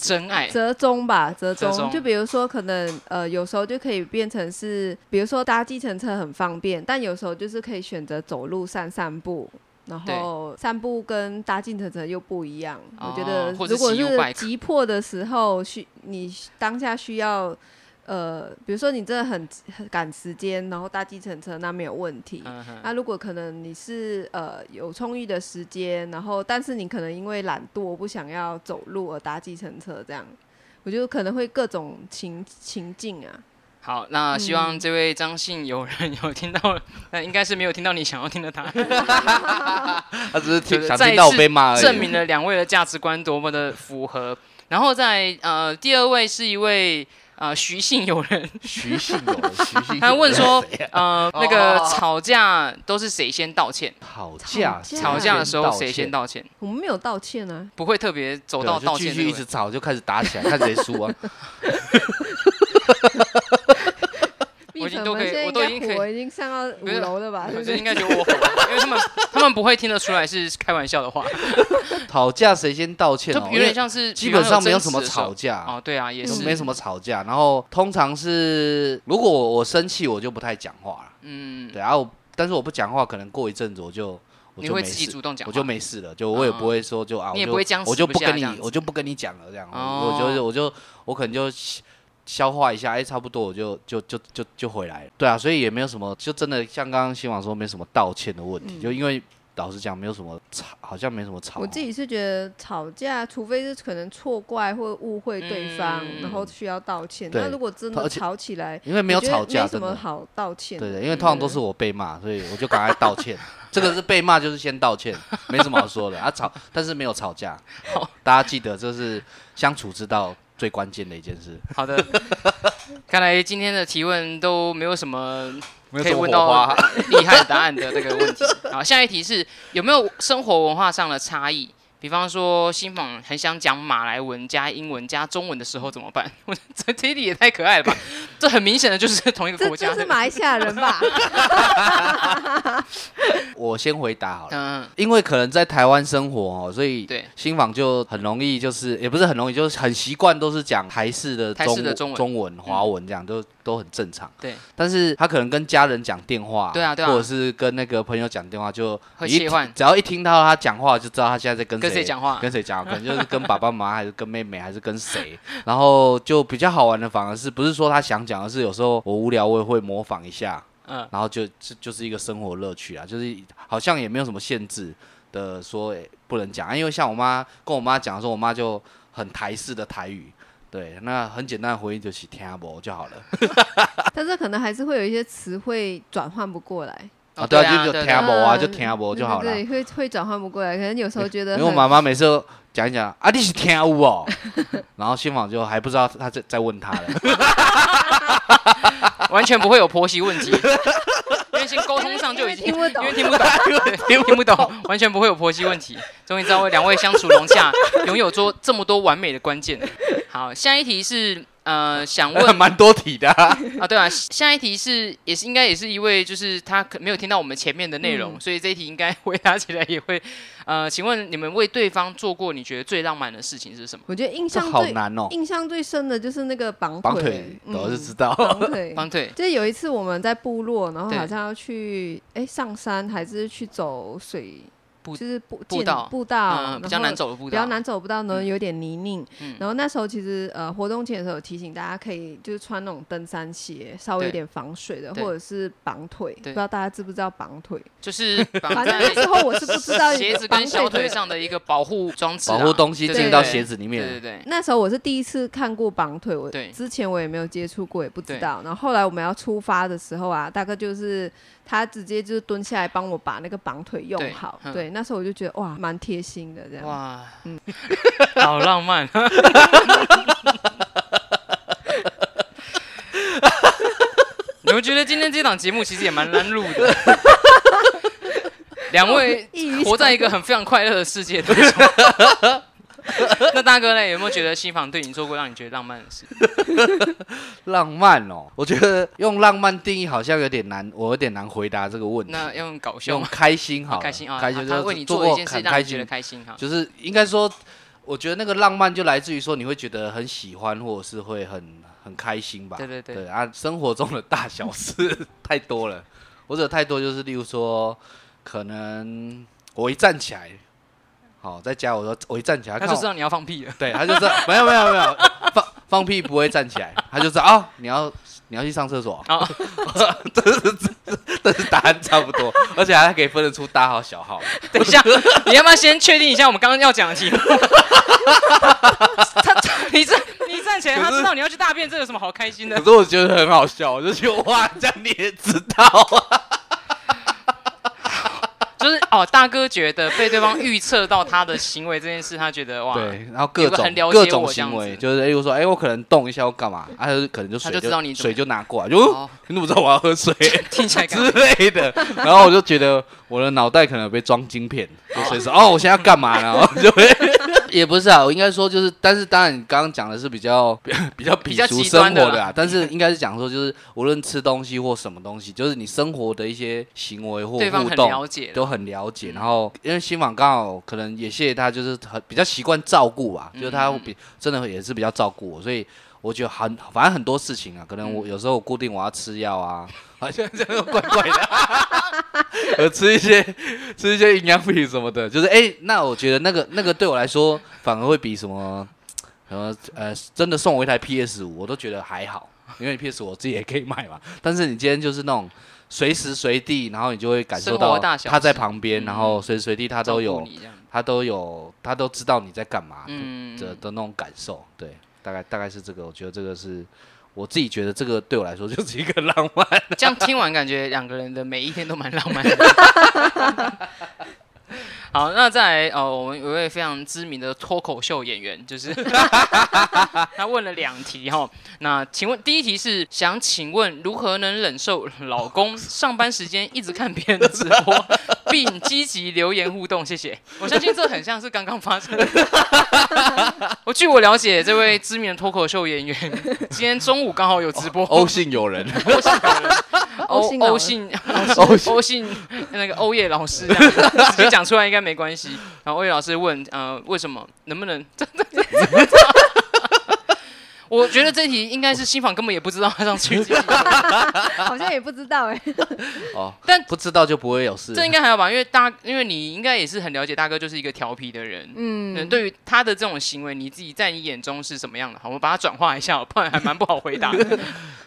[SPEAKER 3] 真爱
[SPEAKER 2] 折中吧，折中。
[SPEAKER 3] 折中
[SPEAKER 2] 就比如说，可能呃，有时候就可以变成是，比如说搭计程车很方便，但有时候就是可以选择走路散散步。然后散步跟搭计程车又不一样，
[SPEAKER 3] 哦
[SPEAKER 2] 我觉得
[SPEAKER 3] 或者
[SPEAKER 2] 如果
[SPEAKER 3] 骑
[SPEAKER 2] 是
[SPEAKER 3] U-bike
[SPEAKER 2] 急迫的时候需你当下需要呃，比如说你真的很很赶时间，然后搭计程车，那没有问题。
[SPEAKER 3] 嗯哼
[SPEAKER 2] 那如果可能你是呃有充裕的时间，然后但是你可能因为懒惰不想要走路而搭计程车这样，我觉得可能会各种情情境啊。
[SPEAKER 3] 好，那希望这位张姓友人有听到， [LAUGHS] 那、应该是没有听到你想要听的答案，
[SPEAKER 4] 他只
[SPEAKER 3] 就
[SPEAKER 4] 是听
[SPEAKER 3] 是
[SPEAKER 4] 想
[SPEAKER 3] 再
[SPEAKER 4] 听到我
[SPEAKER 3] 次
[SPEAKER 4] 被骂而已。
[SPEAKER 3] 证明了两位的价值观多么的符合。然后在呃第二位是一位呃徐姓友人，
[SPEAKER 4] 徐信哦，徐信。
[SPEAKER 3] 他问说呃那个
[SPEAKER 4] 哦
[SPEAKER 3] 吵架都是谁先道歉？
[SPEAKER 4] 吵架，
[SPEAKER 2] 吵
[SPEAKER 3] 吵架的时候谁先
[SPEAKER 4] 道
[SPEAKER 3] 道歉？
[SPEAKER 2] 我们没有道歉啊，
[SPEAKER 3] 不会特别走
[SPEAKER 4] 歉？
[SPEAKER 3] 到
[SPEAKER 4] 对啊
[SPEAKER 3] 道
[SPEAKER 4] 就继
[SPEAKER 3] 歉
[SPEAKER 4] 续
[SPEAKER 3] 这
[SPEAKER 4] 一
[SPEAKER 3] 个
[SPEAKER 4] 直吵，就开始打起来，看谁输啊！
[SPEAKER 3] 我已经
[SPEAKER 2] 蜜粉
[SPEAKER 3] 都可以
[SPEAKER 2] 们现在
[SPEAKER 3] 我都已经
[SPEAKER 2] 应该
[SPEAKER 3] 可以
[SPEAKER 2] 火已经上到五
[SPEAKER 3] 不是
[SPEAKER 2] 楼了吧？
[SPEAKER 3] [LAUGHS]
[SPEAKER 2] 对
[SPEAKER 3] 我
[SPEAKER 2] 不
[SPEAKER 3] 这
[SPEAKER 2] 对
[SPEAKER 3] 应该觉得我火了，因为他
[SPEAKER 4] [LAUGHS]
[SPEAKER 3] 们他们不会听得出来是开玩笑的话，
[SPEAKER 4] 吵架谁先道歉
[SPEAKER 3] 就
[SPEAKER 4] 哦？
[SPEAKER 3] 有点像是
[SPEAKER 4] 因为基本上没有
[SPEAKER 3] 有
[SPEAKER 4] 什么吵架，
[SPEAKER 3] 哦，对啊，也
[SPEAKER 4] 就是没什么吵架。然后通常是如果我我生气，我就不太讲话了。
[SPEAKER 3] 嗯，
[SPEAKER 4] 对啊，我但是我不讲话，可能过一阵子我就我
[SPEAKER 3] 你
[SPEAKER 4] 就
[SPEAKER 3] 会
[SPEAKER 4] 没
[SPEAKER 3] 自己
[SPEAKER 4] 事，
[SPEAKER 3] 主动讲话，
[SPEAKER 4] 我就没事了，就我也
[SPEAKER 3] 嗯
[SPEAKER 4] 不会说就啊，
[SPEAKER 3] 你也
[SPEAKER 4] 我就
[SPEAKER 3] 不会僵
[SPEAKER 4] 我
[SPEAKER 3] 持
[SPEAKER 4] 就
[SPEAKER 3] 不
[SPEAKER 4] 不
[SPEAKER 3] 下
[SPEAKER 4] 跟
[SPEAKER 3] 这样
[SPEAKER 4] 你，
[SPEAKER 3] 子
[SPEAKER 4] 我就不跟你讲了，这样，
[SPEAKER 3] 哦
[SPEAKER 4] 我就我就我可能就消消化一下，哎，差不多我就就就就就回来了。对啊，所以也没有什么，就真的像刚刚新网说，没什么道歉的问
[SPEAKER 3] 嗯
[SPEAKER 4] 题，就因为老实讲，没有什么吵，好像没什么吵。啊
[SPEAKER 2] 我自己是觉得吵架，除非是可能错怪或误会对方，
[SPEAKER 3] 嗯
[SPEAKER 2] 然后需要道歉。
[SPEAKER 4] 对
[SPEAKER 2] 那如果真
[SPEAKER 4] 而
[SPEAKER 2] 的
[SPEAKER 4] 且
[SPEAKER 2] 吵起来，
[SPEAKER 4] 因为没有
[SPEAKER 2] 我觉得
[SPEAKER 4] 吵架，
[SPEAKER 2] 没什
[SPEAKER 4] 真
[SPEAKER 2] 么
[SPEAKER 4] 的。
[SPEAKER 2] 好道歉。
[SPEAKER 4] 对对，因为通常都是我被骂，所以我就赶快
[SPEAKER 3] [LAUGHS]
[SPEAKER 4] 道歉。这个是被骂，就是先道歉，没什么好说的啊。吵，但是没有
[SPEAKER 3] [LAUGHS]
[SPEAKER 4] 吵架。好，大家记得这是相处之道最关键的一件事。
[SPEAKER 3] 好的， [LAUGHS] 看来今天的提问都没有什么
[SPEAKER 4] 没
[SPEAKER 3] 可以问到 [LAUGHS] 厉害的答案的这个问题。好，下一题是有没有生活文化上的差异？比方说，新访很想讲马来文加英文加中文的时候怎么办？我觉得这这一题也太可爱了吧！这很明显的就是 [LAUGHS] 同一个
[SPEAKER 2] 这
[SPEAKER 3] 国家
[SPEAKER 2] 这是
[SPEAKER 3] 的。
[SPEAKER 2] 马来西亚人
[SPEAKER 3] [LAUGHS]
[SPEAKER 2] 吧？
[SPEAKER 4] 我先回答好了。
[SPEAKER 3] 嗯，
[SPEAKER 4] 因为可能在台湾生活哦，所以
[SPEAKER 3] 对
[SPEAKER 4] 新房就很容易，就是也不是很容易，就是很习惯都是讲台式的
[SPEAKER 3] 台
[SPEAKER 4] 中
[SPEAKER 3] 式的中文嗯
[SPEAKER 4] 文、华文这样，都都很正常。
[SPEAKER 3] 对，
[SPEAKER 4] 但是他可能跟家人讲电话，
[SPEAKER 3] 对啊对啊
[SPEAKER 4] 或者是跟那个朋友讲电话，就
[SPEAKER 3] 会
[SPEAKER 4] 你一
[SPEAKER 3] 切换
[SPEAKER 4] 只要一听到他讲话，就知道他现在在跟
[SPEAKER 3] 跟谁讲话
[SPEAKER 4] 跟谁讲话，可能就是跟爸爸妈妈，还是跟妹妹，还是跟谁。然后就比较好玩的，反而是不是说他想讲，而是有时候我无聊，我也会模仿一下，
[SPEAKER 3] 嗯
[SPEAKER 4] 然后就就就是一个生活乐趣啊，就是好像也没有什么限制的说、诶不能讲、啊，因为像我妈跟我妈讲的时候，我妈就很台式的台语。对，那很简单的回应就是听不就好了
[SPEAKER 2] 但是可能还是会有一些词汇转换不过来。
[SPEAKER 3] 哦
[SPEAKER 4] 对
[SPEAKER 3] 对
[SPEAKER 4] 啊，就就
[SPEAKER 3] 对
[SPEAKER 4] 听不
[SPEAKER 3] 啊
[SPEAKER 4] 啊，
[SPEAKER 2] 嗯
[SPEAKER 4] 就听不就好了。
[SPEAKER 2] 对，对会会转换不过来，可能有时候觉得
[SPEAKER 4] 因为我
[SPEAKER 2] 很
[SPEAKER 4] 妈妈每次都讲一讲啊，你是听舞哦， [LAUGHS] 然后新访就还不知道他在在问他了，
[SPEAKER 3] 完全不会有婆媳问题，因为先沟通上就已经
[SPEAKER 2] 因为听不懂
[SPEAKER 3] 因为听不懂，对听不懂，完全不会有婆媳问题。终于知道为两位相处融洽，拥有做这么多完美的关键。好，下一题是呃，想 [LAUGHS]
[SPEAKER 4] [LAUGHS]
[SPEAKER 3] 问
[SPEAKER 4] 蛮多题的啊、
[SPEAKER 3] [LAUGHS] 啊，对啊，下一题是也是应该也是一位，就是他可没有听到我们前面的内
[SPEAKER 2] 嗯
[SPEAKER 3] 容，所以这一题应该回答起来也会
[SPEAKER 2] [LAUGHS]
[SPEAKER 3] 呃，请问你们为对方做过你觉得最浪漫的事情是什么？。
[SPEAKER 2] 我觉得印
[SPEAKER 4] 这
[SPEAKER 2] 象
[SPEAKER 4] 好
[SPEAKER 2] 最
[SPEAKER 4] 难哦，
[SPEAKER 2] 印象最深的就是那个绑
[SPEAKER 4] 绑腿我是知
[SPEAKER 2] 嗯
[SPEAKER 4] 道，
[SPEAKER 2] 绑腿
[SPEAKER 3] 帮对，
[SPEAKER 2] 就是有一次我们在部落，然后
[SPEAKER 3] 对
[SPEAKER 2] 好像要去哎上山还是去走水
[SPEAKER 3] 步
[SPEAKER 2] 就是步
[SPEAKER 3] 步
[SPEAKER 2] 进
[SPEAKER 3] 道
[SPEAKER 2] 步道，
[SPEAKER 3] 嗯、比较
[SPEAKER 2] 然后
[SPEAKER 3] 难走的步道，
[SPEAKER 2] 比较难走不到呢，
[SPEAKER 3] 嗯
[SPEAKER 2] 有点泥泞。
[SPEAKER 3] 嗯
[SPEAKER 2] 然后那时候其实呃，活动前的时候有提醒大家可以就是穿那种登山鞋，稍微
[SPEAKER 3] 对
[SPEAKER 2] 有点防水的，
[SPEAKER 3] 对
[SPEAKER 2] 或者是绑腿。不
[SPEAKER 3] 对
[SPEAKER 2] 知道大家知不知道绑腿？
[SPEAKER 3] 就是绑
[SPEAKER 2] 反正
[SPEAKER 3] 在
[SPEAKER 2] 那时候我是不知道
[SPEAKER 3] 鞋子
[SPEAKER 2] 绑
[SPEAKER 3] 跟小腿。上的一个保护装置啊，
[SPEAKER 4] 保护东西
[SPEAKER 3] 对
[SPEAKER 4] 进
[SPEAKER 3] 对
[SPEAKER 4] 到
[SPEAKER 3] 对
[SPEAKER 4] 鞋子里面。
[SPEAKER 3] 对对对，
[SPEAKER 2] 那时候我是第一次看过绑腿，我
[SPEAKER 3] 对
[SPEAKER 2] 之前我也没有接触过，也不知
[SPEAKER 3] 对
[SPEAKER 2] 道。然后后来我们要出发的时候啊，大哥就是他直接就是蹲下来帮我把那个绑腿
[SPEAKER 3] 对
[SPEAKER 2] 用好。
[SPEAKER 3] 嗯
[SPEAKER 2] 对，那时候我就觉得哇，蛮贴心的这样。 [LAUGHS]
[SPEAKER 3] 哇，嗯好浪漫。你们觉得今天这档节目其实也蛮难录的，两位
[SPEAKER 2] 异于
[SPEAKER 3] 活在一个很非常快乐的世界当中。那大哥呢？有没有觉得新房对你做过让你觉得浪漫的事？
[SPEAKER 4] 浪漫哦，我觉得用浪漫定义好像有点难，我有点难回答这个问题。
[SPEAKER 3] 那要用搞笑
[SPEAKER 4] 用
[SPEAKER 3] 吗？
[SPEAKER 4] 开心好了，
[SPEAKER 3] 开心啊！
[SPEAKER 4] 开心
[SPEAKER 3] 他
[SPEAKER 4] 就
[SPEAKER 3] 他
[SPEAKER 4] 是
[SPEAKER 3] 为你
[SPEAKER 4] 做
[SPEAKER 3] 做一
[SPEAKER 4] 过
[SPEAKER 3] 件事
[SPEAKER 4] 很
[SPEAKER 3] 让
[SPEAKER 4] 开
[SPEAKER 3] 你觉得
[SPEAKER 4] 心，
[SPEAKER 3] 开心哈。
[SPEAKER 4] 就是应该说，我觉得那个浪漫就来自于说你会觉得很喜欢，或者是会很很开心吧。
[SPEAKER 3] 对对对
[SPEAKER 4] 啊，生活中的大小事 [LAUGHS] 太多了，或者太多就是例如说，可能我一站起来，好，在家我说我一站起来，
[SPEAKER 3] 他
[SPEAKER 4] 看
[SPEAKER 3] 就
[SPEAKER 4] 我
[SPEAKER 3] 知道你要放屁了。
[SPEAKER 4] 对，他就知道没有没有没有放放屁不会站起来，他就知道哦，你要你要去上厕所。
[SPEAKER 3] 哦
[SPEAKER 4] [LAUGHS] 这是这是这是答案差不多，而且还可以分得出大号小
[SPEAKER 3] [LAUGHS]
[SPEAKER 4] 号。
[SPEAKER 3] 等一下，你要不要先确定一下我们刚刚要讲的
[SPEAKER 4] [LAUGHS]
[SPEAKER 3] 题目？他你站你站起来，
[SPEAKER 4] 可是
[SPEAKER 3] 他知道你要去大便，这有什么好开心的
[SPEAKER 4] 可？是我觉得很好笑，我就觉得哇，这样你也知道啊？
[SPEAKER 3] 就是哦，大哥觉得被对方预测到他的行为这件事，他觉得哇，
[SPEAKER 4] 对，然后各
[SPEAKER 3] 有个
[SPEAKER 4] 种
[SPEAKER 3] 很了解
[SPEAKER 4] 各
[SPEAKER 3] 我
[SPEAKER 4] 种
[SPEAKER 3] 这样
[SPEAKER 4] 行为，
[SPEAKER 3] 子
[SPEAKER 4] 就是哎，我说哎，我可能动一下，我干嘛？啊，他就可能就
[SPEAKER 3] 他
[SPEAKER 4] 水
[SPEAKER 3] 就知道你怎么
[SPEAKER 4] 水就拿过来，就哦
[SPEAKER 3] 哦
[SPEAKER 4] [LAUGHS] 你怎么知道我要
[SPEAKER 3] [LAUGHS]
[SPEAKER 4] 喝水
[SPEAKER 3] 听
[SPEAKER 4] [LAUGHS]
[SPEAKER 3] 起来感
[SPEAKER 4] 之类的？然后我就觉得我的脑袋可能有被装晶片，就随时哦，我现在要干嘛呢？然 [LAUGHS] 后
[SPEAKER 3] [LAUGHS]
[SPEAKER 4] 就会也不是啊，我应该说就是，但是当然你刚刚讲的是比较 [LAUGHS] 比较
[SPEAKER 3] 比
[SPEAKER 4] 比
[SPEAKER 3] 较
[SPEAKER 4] 俗
[SPEAKER 3] 极
[SPEAKER 4] 生活
[SPEAKER 3] 端的啦
[SPEAKER 4] 的啊，
[SPEAKER 3] [LAUGHS]
[SPEAKER 4] 但是应该是讲说就是无论吃东西或什么东西，就是你生活的一些行为或
[SPEAKER 3] 对方
[SPEAKER 4] 互
[SPEAKER 3] 很
[SPEAKER 4] 动，
[SPEAKER 3] 了解了，
[SPEAKER 4] 都很了解，
[SPEAKER 3] 嗯
[SPEAKER 4] 然后因为新房刚好可能也谢谢他，就是很比较习惯照顾吧，
[SPEAKER 3] 嗯
[SPEAKER 4] 就是他比真的也是比较照顾我，所以我觉得很反正很多事情啊，可能我
[SPEAKER 3] 嗯
[SPEAKER 4] 有时候我固定我要吃药
[SPEAKER 3] [LAUGHS]
[SPEAKER 4] 啊，好像这样怪怪的， [LAUGHS] 我吃一些吃一些营养品什么的，就是哎、那我觉得那个那个对我来说反而会比什么什么呃真的送我一台 PS 五，我都觉得还好，因为 PS 五我自己也可以买嘛，但是你今天就是那种。随时随地，然后你就会感受
[SPEAKER 3] 生
[SPEAKER 4] 到
[SPEAKER 3] 活大小事
[SPEAKER 4] 他在旁边，
[SPEAKER 3] 嗯
[SPEAKER 4] 然后随时随地他都
[SPEAKER 3] 照顾
[SPEAKER 4] 有，
[SPEAKER 3] 你这样
[SPEAKER 4] 他都有，他都知道你在干嘛，嗯，
[SPEAKER 3] 嗯，
[SPEAKER 4] 的的那种感受，对，大概大概是这个，我觉得这个是我自己觉得这个对我来说就是一个浪
[SPEAKER 3] [LAUGHS]
[SPEAKER 4] 漫，
[SPEAKER 3] 这样听完，感觉两个人的每一天都蛮浪漫的。好，那再来哦，我们有一位非常知名的脱口秀演员，就是 [LAUGHS] 他问了两题哈、那请问第一题是想请问如何能忍受老公上班时间一直看别人的直播，并积极留言互动？谢谢。我相信这很像是刚刚发生的。 [LAUGHS] 我据我了解，这位知名的脱口秀演员今天中午刚好有直播，
[SPEAKER 4] 欧姓友人，
[SPEAKER 3] 欧姓老人
[SPEAKER 2] 欧姓老
[SPEAKER 3] [LAUGHS]
[SPEAKER 2] 人
[SPEAKER 3] 欧
[SPEAKER 2] [LAUGHS]
[SPEAKER 3] 姓欧姓欧姓那个欧叶老师这样子，
[SPEAKER 2] [LAUGHS]
[SPEAKER 3] 直接讲出来应该没关系。然后欧叶老师问，呃，为什么能不能？ [LAUGHS] 这这这这我觉得这题应该是新房根本也不知道他上去几集，
[SPEAKER 2] [LAUGHS]
[SPEAKER 3] [LAUGHS]
[SPEAKER 2] 好像也不知道哎、
[SPEAKER 4] 哦，
[SPEAKER 3] 但
[SPEAKER 4] 不知道就不会有事，
[SPEAKER 3] 这应该还好吧？因为大，因为你应该也是很了解大哥就是一个调皮的人，嗯，
[SPEAKER 2] 嗯，
[SPEAKER 3] 对于他的这种行为，你自己在你眼中是什么样的？好，我把它转化一下，不然还蛮不好回答的。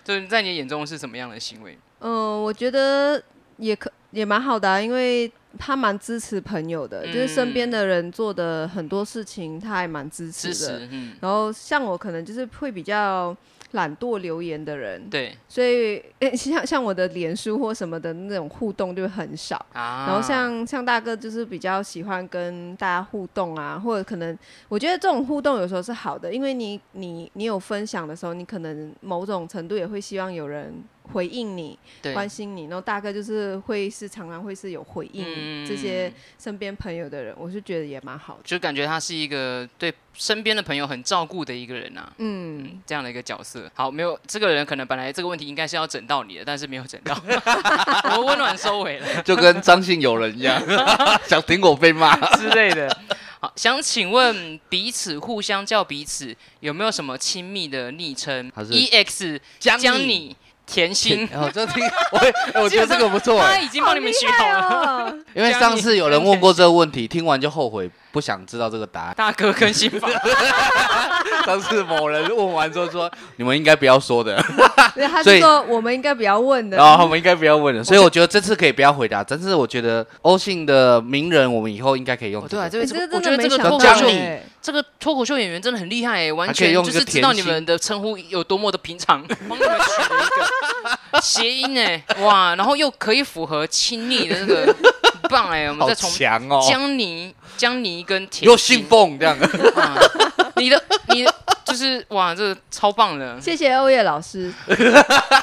[SPEAKER 3] 就是在你眼中是什么样的行为？
[SPEAKER 2] [LAUGHS] 嗯，我觉得也可也蛮好的、啊，因为他蛮支持朋友的，
[SPEAKER 3] 嗯
[SPEAKER 2] 就是身边的人做的很多事情，他还蛮支持
[SPEAKER 3] 支
[SPEAKER 2] 的。
[SPEAKER 3] 持，嗯，
[SPEAKER 2] 然后像我可能就是会比较懒惰留言的人，
[SPEAKER 3] 对
[SPEAKER 2] 所以、诶像像我的脸书或什么的那种互动就很少。
[SPEAKER 3] 啊。
[SPEAKER 2] 然后像像大哥就是比较喜欢跟大家互动啊，或者可能我觉得这种互动有时候是好的，因为你你你有分享的时候，你可能某种程度也会希望有人回应你、
[SPEAKER 3] 对
[SPEAKER 2] 关心你。然后大哥就是会是常常会是有回应这些
[SPEAKER 3] 嗯
[SPEAKER 2] 身边朋友的人，我是觉得也蛮好的。
[SPEAKER 3] 就感觉他是一个对身边的朋友很照顾的一个人啊。
[SPEAKER 2] 嗯，
[SPEAKER 3] 这样的一个角色，好，没有这个人可能本来这个问题应该是要整到你的，但是没有整到，
[SPEAKER 2] [LAUGHS]
[SPEAKER 3] 我们温暖收尾了
[SPEAKER 4] 就跟张姓友人一
[SPEAKER 3] [LAUGHS]
[SPEAKER 4] 样，想听我被骂，
[SPEAKER 3] 之类 [LAUGHS] 的。好，想请问彼此互相叫彼此有没有什么亲密的昵称
[SPEAKER 4] 他是
[SPEAKER 3] ？E X
[SPEAKER 4] 江你
[SPEAKER 3] 江你甜
[SPEAKER 4] [LAUGHS]
[SPEAKER 3] 心，
[SPEAKER 4] 然后哦这听，我
[SPEAKER 3] [LAUGHS]
[SPEAKER 4] 也我觉得这个不错
[SPEAKER 3] 他
[SPEAKER 4] 哎，
[SPEAKER 3] 已经帮你们取好
[SPEAKER 2] 哦
[SPEAKER 3] 了。
[SPEAKER 2] 了。
[SPEAKER 4] 因为上次有人问过这个问题，听完就后悔，不想知道这个答
[SPEAKER 3] [LAUGHS]
[SPEAKER 4] 案。
[SPEAKER 3] 大哥跟新房，
[SPEAKER 4] 上次某人问完之后说，你们应该不要说
[SPEAKER 3] [LAUGHS]
[SPEAKER 4] 的。
[SPEAKER 2] [LAUGHS] 对，他
[SPEAKER 4] 所
[SPEAKER 2] 就
[SPEAKER 4] 以哦
[SPEAKER 2] 说我们应该不要问的。
[SPEAKER 4] 然后我们应该不要问了，所以我觉得这次可以不要回答。但是我觉得欧姓的名人，我们以后应该可以用、
[SPEAKER 3] 哦
[SPEAKER 4] 这
[SPEAKER 3] 对啊，
[SPEAKER 4] 个。
[SPEAKER 3] 这
[SPEAKER 2] 欸
[SPEAKER 3] 个
[SPEAKER 2] 这个
[SPEAKER 3] 我
[SPEAKER 2] 真
[SPEAKER 3] 觉
[SPEAKER 2] 的
[SPEAKER 3] 得
[SPEAKER 2] 没
[SPEAKER 3] 这个
[SPEAKER 2] 想
[SPEAKER 3] 脱
[SPEAKER 2] 到
[SPEAKER 3] 口秀
[SPEAKER 4] 江你
[SPEAKER 2] 欸，
[SPEAKER 3] 这个脱口秀演员真的很厉害欸，完
[SPEAKER 4] 还可以
[SPEAKER 3] 全
[SPEAKER 4] 用
[SPEAKER 3] 就
[SPEAKER 4] 一个
[SPEAKER 3] 是知道
[SPEAKER 4] 甜
[SPEAKER 3] 你
[SPEAKER 4] 心
[SPEAKER 3] 们的称呼有多么的平常，帮你们取了一个 [LAUGHS] 谐音哎，哇，然后又可以符合亲昵的那个，很棒
[SPEAKER 4] [LAUGHS]
[SPEAKER 3] 哎，我们
[SPEAKER 4] 好
[SPEAKER 3] 再从
[SPEAKER 4] 强哦，
[SPEAKER 3] 江泥、江泥跟甜
[SPEAKER 4] 又
[SPEAKER 3] 心
[SPEAKER 4] 姓，
[SPEAKER 3] [LAUGHS]
[SPEAKER 4] 凤这样，
[SPEAKER 3] 啊你的你的就是哇，这个超棒的。
[SPEAKER 2] 谢谢欧叶老师。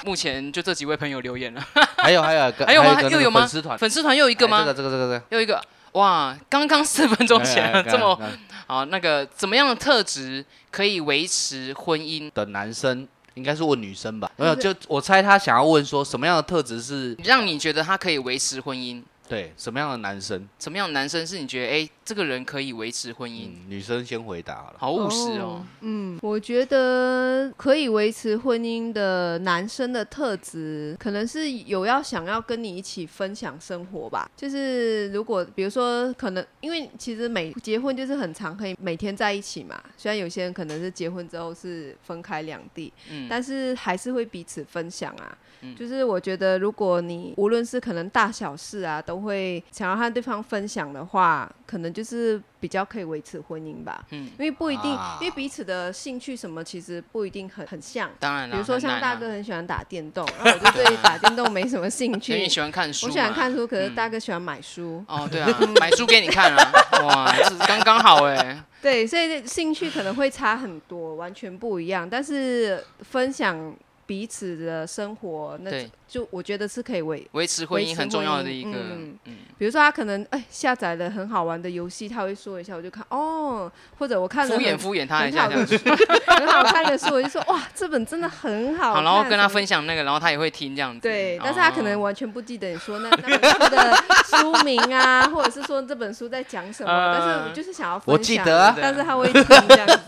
[SPEAKER 3] 目前就这几位朋友留言啊
[SPEAKER 2] [LAUGHS]
[SPEAKER 3] 了，
[SPEAKER 4] 还有还有个
[SPEAKER 3] 还有吗
[SPEAKER 4] 一个那个
[SPEAKER 3] 又有吗
[SPEAKER 4] 粉丝团
[SPEAKER 3] 粉丝团又一
[SPEAKER 4] 一
[SPEAKER 3] 个吗
[SPEAKER 4] 哎这？个这个这个这个。
[SPEAKER 3] 又一个哇，刚刚四分钟前
[SPEAKER 4] 哎哎哎
[SPEAKER 3] 这么
[SPEAKER 4] 哎哎
[SPEAKER 3] 啊，那个怎么样的特质可以维持婚姻？
[SPEAKER 4] 的男生应该是问女生吧？没有，就我猜他想要问说什么样的特质是
[SPEAKER 3] 让你觉得他可以维持婚姻？
[SPEAKER 4] 对，什么样的男生？
[SPEAKER 3] 怎么样的男生是你觉得哎、这个人可以维持婚姻？
[SPEAKER 4] 嗯，女生先回答好了。
[SPEAKER 3] 好务实哦，
[SPEAKER 2] 嗯，我觉得可以维持婚姻的男生的特质，可能是有要想要跟你一起分享生活吧。就是如果比如说，可能因为其实每结婚就是很常可以每天在一起嘛。虽然有些人可能是结婚之后是分开两地，
[SPEAKER 3] 嗯，
[SPEAKER 2] 但是还是会彼此分享啊。
[SPEAKER 3] 嗯
[SPEAKER 2] 就是我觉得，如果你无论是可能大小事啊，都会想要和对方分享的话，可能就是比较可以维持婚姻吧。
[SPEAKER 3] 嗯
[SPEAKER 2] 因为不一定，
[SPEAKER 4] 啊
[SPEAKER 2] 因为彼此的兴趣什么其实不一定很很像。
[SPEAKER 3] 当然
[SPEAKER 2] 比
[SPEAKER 3] 啦，
[SPEAKER 2] 如说
[SPEAKER 3] 很
[SPEAKER 2] 像
[SPEAKER 3] 难啊
[SPEAKER 2] 大哥，很喜欢打电
[SPEAKER 3] [LAUGHS]
[SPEAKER 2] 动，然后我就对打电动没什么兴
[SPEAKER 3] 因为
[SPEAKER 2] 趣
[SPEAKER 3] [LAUGHS] 你。喜欢看书，
[SPEAKER 2] 我喜欢。看书，可是大哥喜欢买书。
[SPEAKER 3] 哦，对啊，买书给你看
[SPEAKER 2] [LAUGHS]
[SPEAKER 3] 啊，哇，这刚刚好哎，
[SPEAKER 2] 对，所以兴趣可能会差很多，完全不一样。但是分享彼此的生活，那
[SPEAKER 3] 对
[SPEAKER 2] 就我觉得是可以为
[SPEAKER 3] 维持婚姻很重要的一个
[SPEAKER 2] 维持婚姻，
[SPEAKER 3] 嗯，
[SPEAKER 2] 比如说他可能哎下载了很好玩的游戏，他会说一下，我就看哦，或者我看了
[SPEAKER 3] 敷衍
[SPEAKER 2] 很
[SPEAKER 3] 敷衍他一
[SPEAKER 2] 很
[SPEAKER 3] 下
[SPEAKER 2] 好
[SPEAKER 3] 这样
[SPEAKER 2] 的
[SPEAKER 3] 子，
[SPEAKER 2] 书，很好看的书，我就说哇，这本真的很好
[SPEAKER 3] 好，
[SPEAKER 2] 看。
[SPEAKER 3] 然后跟他
[SPEAKER 2] 什么
[SPEAKER 3] 分享那个，然后他也会听这样子，
[SPEAKER 2] 对
[SPEAKER 3] 哦，
[SPEAKER 2] 但是他可能完全不记得你说那 [LAUGHS] 那本书的书名啊，或者是说这本书在讲什么，
[SPEAKER 3] 嗯
[SPEAKER 2] 但是我就是想要分享，
[SPEAKER 4] 我记得啊
[SPEAKER 2] 但是他会听这样子。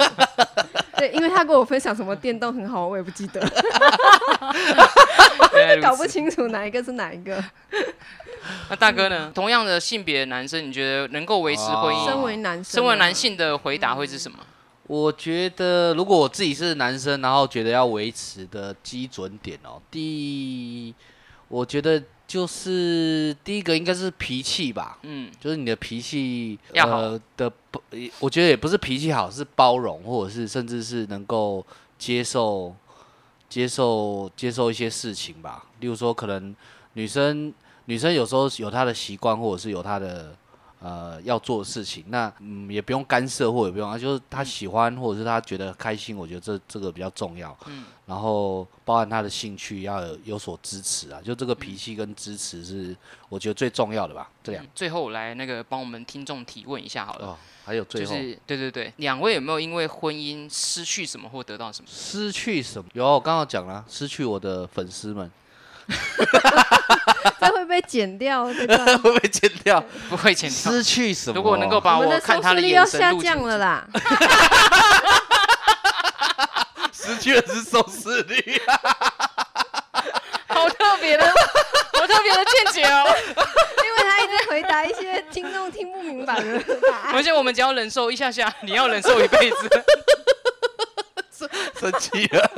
[SPEAKER 2] 对，因为他跟我分享什么电动很好玩，我也不记得，
[SPEAKER 3] 原来如此
[SPEAKER 2] 搞不清楚哪一个是哪一个。
[SPEAKER 3] 那大哥呢？同样的性别的男生，你觉得能够维持婚
[SPEAKER 4] 哦
[SPEAKER 3] 姻？
[SPEAKER 2] 身为男生，啊
[SPEAKER 3] 身为男，性的回答会
[SPEAKER 2] 嗯
[SPEAKER 3] 是什么？
[SPEAKER 4] 我觉得如果我自己是男生，然后觉得要维持的基准点哦，第一，我觉得就是第一个应该是脾气吧，
[SPEAKER 3] 嗯，
[SPEAKER 4] 就是你的脾气
[SPEAKER 3] 要
[SPEAKER 4] 呃的不，呃我觉得也不是脾气好，是包容，或者是甚至是能够接受接受接受一些事情吧。例如说，可能女生女生有时候有她的习惯，或者是有她的呃要做的事情，那嗯也不用干涉，或者也不用，啊就是她喜欢或者是她觉得开心，我觉得这这个比较重要。
[SPEAKER 3] 嗯，
[SPEAKER 4] 然后包含她的兴趣要有有所支持啊，就
[SPEAKER 3] 嗯
[SPEAKER 4] 这个脾气跟支持是我觉得最重要的吧，这两个。
[SPEAKER 3] 最后来那个帮我们听众提问一下好了，
[SPEAKER 4] 哦，还有最
[SPEAKER 3] 就
[SPEAKER 4] 后、
[SPEAKER 3] 是对对对，两位有没有因为婚姻失去什么或得到什么？
[SPEAKER 4] 失去什么？有啊，我刚刚讲了，失去我的粉丝们
[SPEAKER 3] [LAUGHS]
[SPEAKER 2] 这会被剪掉这段。
[SPEAKER 4] [LAUGHS] 会被剪 [LAUGHS] 掉，
[SPEAKER 3] 不会剪掉。
[SPEAKER 4] 失去什么？
[SPEAKER 3] 如果能够把
[SPEAKER 2] 我们
[SPEAKER 3] 我
[SPEAKER 2] 的
[SPEAKER 3] 看
[SPEAKER 2] 收
[SPEAKER 3] 他
[SPEAKER 2] 视
[SPEAKER 3] 的
[SPEAKER 2] 率要
[SPEAKER 3] 眼神
[SPEAKER 2] 下
[SPEAKER 3] 录进
[SPEAKER 2] 降了啦，
[SPEAKER 4] 失去的是收视率，
[SPEAKER 2] [LAUGHS]
[SPEAKER 3] 好特别的， [LAUGHS] 好特别的见解哦。
[SPEAKER 2] 因为他一直回答一些听众听不明白的答
[SPEAKER 3] [LAUGHS]
[SPEAKER 2] 案。
[SPEAKER 3] 而且我们只要忍受一下 [LAUGHS] 下， [LAUGHS] 你要忍受一辈子。
[SPEAKER 4] [LAUGHS]
[SPEAKER 3] [LAUGHS]
[SPEAKER 4] 生气 [LAUGHS] 了。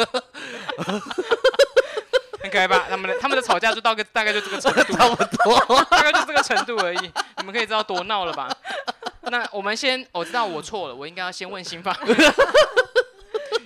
[SPEAKER 3] 很可爱吧？他们的他们的吵架就到个大概就这个程度，
[SPEAKER 4] 差不多。
[SPEAKER 3] 大概就这个程度而已。你们可以知道多闹了吧？ [LAUGHS] 那我们先，我知道我错了，我应该要先问新 [LAUGHS] 芳，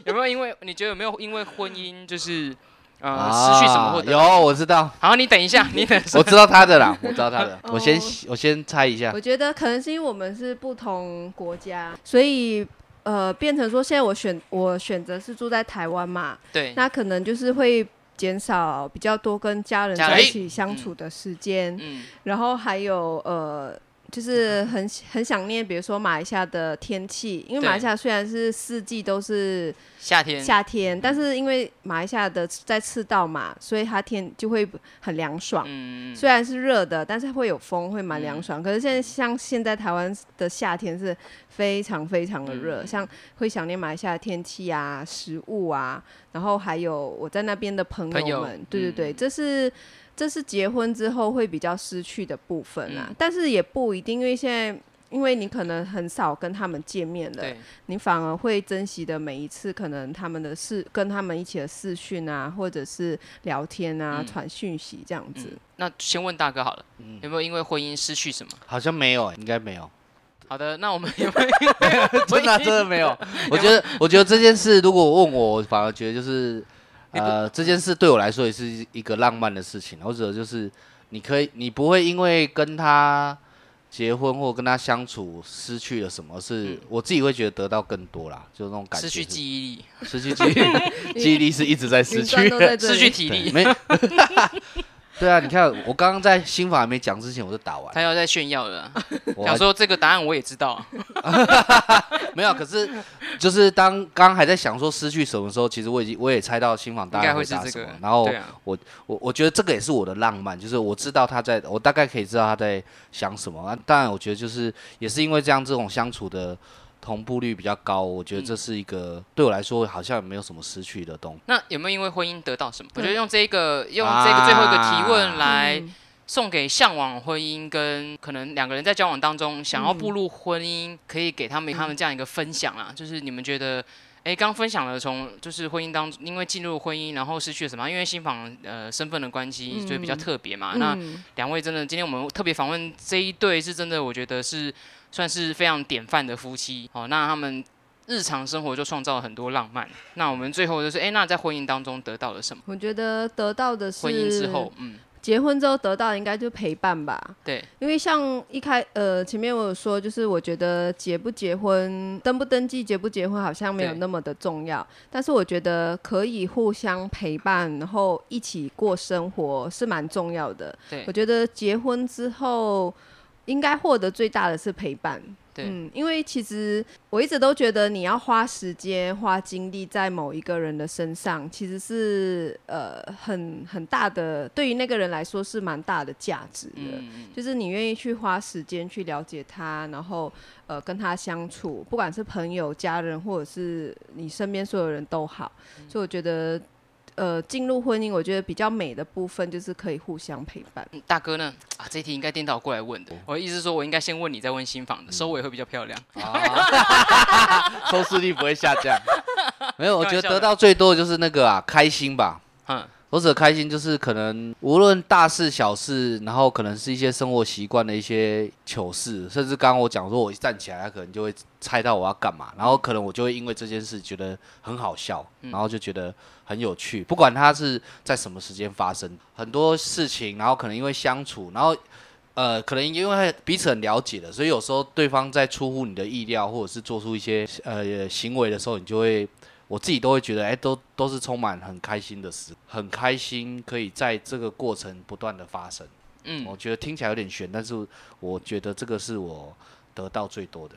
[SPEAKER 3] 有没有因为你觉得有没有因为婚姻就是呃、失去什么或者？
[SPEAKER 4] 啊有，我知 [LAUGHS] 道，
[SPEAKER 3] 好，你等一下，你 [LAUGHS] 等一下
[SPEAKER 4] 我知道他的啦，我知道他 [LAUGHS] 的。
[SPEAKER 2] 哦
[SPEAKER 4] 我先我先猜一下
[SPEAKER 2] 我，觉得可能是因为我们是不同国家，所以呃，变成说现在我选我选择是住在台湾嘛，
[SPEAKER 3] 对，
[SPEAKER 2] 那可能就是会减少比较多跟家人
[SPEAKER 3] 家
[SPEAKER 2] 在
[SPEAKER 3] 人
[SPEAKER 2] 一起相处的时间，
[SPEAKER 3] 嗯，
[SPEAKER 2] 然后还有呃。就是很很想念，比如说马来西亚的天气，因为
[SPEAKER 3] 对
[SPEAKER 2] 马来西亚虽然是四季都是
[SPEAKER 3] 夏天，
[SPEAKER 2] 夏天，但是因为马来西亚的在赤道嘛，所以它天就会很凉爽。
[SPEAKER 3] 嗯，嗯
[SPEAKER 2] 虽然是热的，但是会有风，会蛮凉爽。可是现在像现在台湾的夏天是非常非常的热，
[SPEAKER 3] 嗯
[SPEAKER 2] 像会想念马来西亚的天气啊、食物啊，然后还有我在那边的朋
[SPEAKER 3] 朋友
[SPEAKER 2] 友们，对对对，
[SPEAKER 3] 嗯
[SPEAKER 2] 这是这是结婚之后会比较失去的部分啊，
[SPEAKER 3] 嗯
[SPEAKER 2] 但是也不一定，因为现在。因为你可能很少跟他们见面了，
[SPEAKER 3] 对，
[SPEAKER 2] 你反而会珍惜的每一次，可能他们的视跟他们一起的视讯啊，或者是聊天啊、
[SPEAKER 3] 嗯
[SPEAKER 2] 传讯息这样子。
[SPEAKER 3] 嗯，那先问大哥好了，
[SPEAKER 4] 嗯
[SPEAKER 3] 有没有因为婚姻失去什么？
[SPEAKER 4] 好像没有、欸，应该没有，
[SPEAKER 3] 好的，那我
[SPEAKER 4] [LAUGHS]
[SPEAKER 3] 们有没有因为 [LAUGHS]
[SPEAKER 4] 真的真的没有。我觉得我觉得这件事，如果问我，我反而觉得就是，
[SPEAKER 3] 你不
[SPEAKER 4] 呃，这件事对我来说也是一个浪漫的事情，啊或者就是你可以，你不会因为跟他结婚或跟他相处失去了什么，是、
[SPEAKER 3] 嗯
[SPEAKER 4] 我自己会觉得得到更多啦，就那种感觉
[SPEAKER 3] 失
[SPEAKER 4] 是，
[SPEAKER 3] 去记忆
[SPEAKER 4] 失去记
[SPEAKER 3] [LAUGHS]
[SPEAKER 4] 忆，记忆力是一直在失
[SPEAKER 2] 云
[SPEAKER 4] 去
[SPEAKER 2] 端都在
[SPEAKER 4] 的，
[SPEAKER 2] 这
[SPEAKER 3] 力，
[SPEAKER 2] 里
[SPEAKER 3] 失去体
[SPEAKER 4] 对
[SPEAKER 3] 力，
[SPEAKER 4] 没。 [LAUGHS] 对啊，你看我刚刚在新法还没讲之前，我就打完
[SPEAKER 3] 他，要在炫耀了啊。
[SPEAKER 4] 我
[SPEAKER 3] 想说这个答案我也知道啊，
[SPEAKER 4] 没有，可是就是当刚还在想说失去什么时候，其实我已经我也猜到新房大
[SPEAKER 3] 应该
[SPEAKER 4] 概
[SPEAKER 3] 会是
[SPEAKER 4] 答
[SPEAKER 3] 这
[SPEAKER 4] 什么
[SPEAKER 3] 个，。
[SPEAKER 4] 然后
[SPEAKER 3] 对啊，
[SPEAKER 4] 我我觉得这个也是我的浪漫，就是我知道他在，我大概可以知道他在想什么。啊当然，我觉得就是也是因为这样，这种相处的同步率比较高，我觉得这是一个、对我来说好像没有什么失去的东西。
[SPEAKER 3] 那有没有因为婚姻得到什么？我觉得
[SPEAKER 4] 嗯
[SPEAKER 3] 用这一个用
[SPEAKER 4] 啊
[SPEAKER 3] 这个最后一个提问来
[SPEAKER 2] 嗯
[SPEAKER 3] 送给向往婚姻跟可能两个人在交往当中想要
[SPEAKER 2] 嗯
[SPEAKER 3] 步入婚姻，可以给他们他们这样一个分享啊，就是你们觉得。哎，刚分享了从就是婚姻当中，因为进入婚姻，然后失去了什么？因为新房呃身份的关系，所以比较
[SPEAKER 2] 嗯
[SPEAKER 3] 特别嘛。那
[SPEAKER 2] 嗯
[SPEAKER 3] 两位真的，今天我们特别访问这一对，是真的，我觉得是算是非常典范的夫妻哦。那他们日常生活就创造了很多浪漫。那我们最后就是，哎、那在婚姻当中得到了什么？
[SPEAKER 2] 我觉得得到的是
[SPEAKER 3] 婚姻之后，嗯，
[SPEAKER 2] 结婚之后得到的应该就是陪伴吧，
[SPEAKER 3] 对，
[SPEAKER 2] 因为像一开呃前面我有说，就是我觉得结不结婚、登不登记、结不结婚好像没有
[SPEAKER 3] 对
[SPEAKER 2] 那么的重要，但是我觉得可以互相陪伴，然后一起过生活是蛮重要的。
[SPEAKER 3] 对
[SPEAKER 2] 我觉得结婚之后应该获得最大的是陪伴。
[SPEAKER 3] 对
[SPEAKER 2] 嗯，因为其实我一直都觉得，你要花时间、花精力在某一个人的身上，其实是呃很很大的，对于那个人来说是蛮大的价值的。
[SPEAKER 3] 嗯，嗯
[SPEAKER 2] 就是你愿意去花时间去了解他，然后呃跟他相处，不管是朋友、家人，或者是你身边所有人都好。
[SPEAKER 3] 嗯
[SPEAKER 2] 所以我觉得，呃，进入婚姻，我觉得比较美的部分就是可以互相陪伴。
[SPEAKER 3] 嗯大哥呢？啊，这一题应该颠倒过来问的。我的意思是说，我应该先问你，再问新房的，收尾会比较漂亮。
[SPEAKER 4] 收视率不会下降。没有，我
[SPEAKER 3] 开玩
[SPEAKER 4] 觉得
[SPEAKER 3] 笑的
[SPEAKER 4] 得到最多的就是那个啊，开心吧。
[SPEAKER 3] 嗯，
[SPEAKER 4] 我指的开心就是可能无论大事小事，然后可能是一些生活习惯的一些糗事，甚至刚刚我讲说我一站起来，他可能就会猜到我要干嘛，然后可能我就会因为这件事觉得很好笑，然后就觉得很有趣，不管它是在什么时间发生，很多事情，然后可能因为相处，然后。呃，可能因为彼此很了解的，所以有时候对方在出乎你的意料，或者是做出一些呃行为的时候，你就会我自己都会觉得，哎、都都是充满很开心的事，很开心可以在这个过程不断的发生。
[SPEAKER 3] 嗯
[SPEAKER 4] 我觉得听起来有点悬，但是我觉得这个是我得到最多的。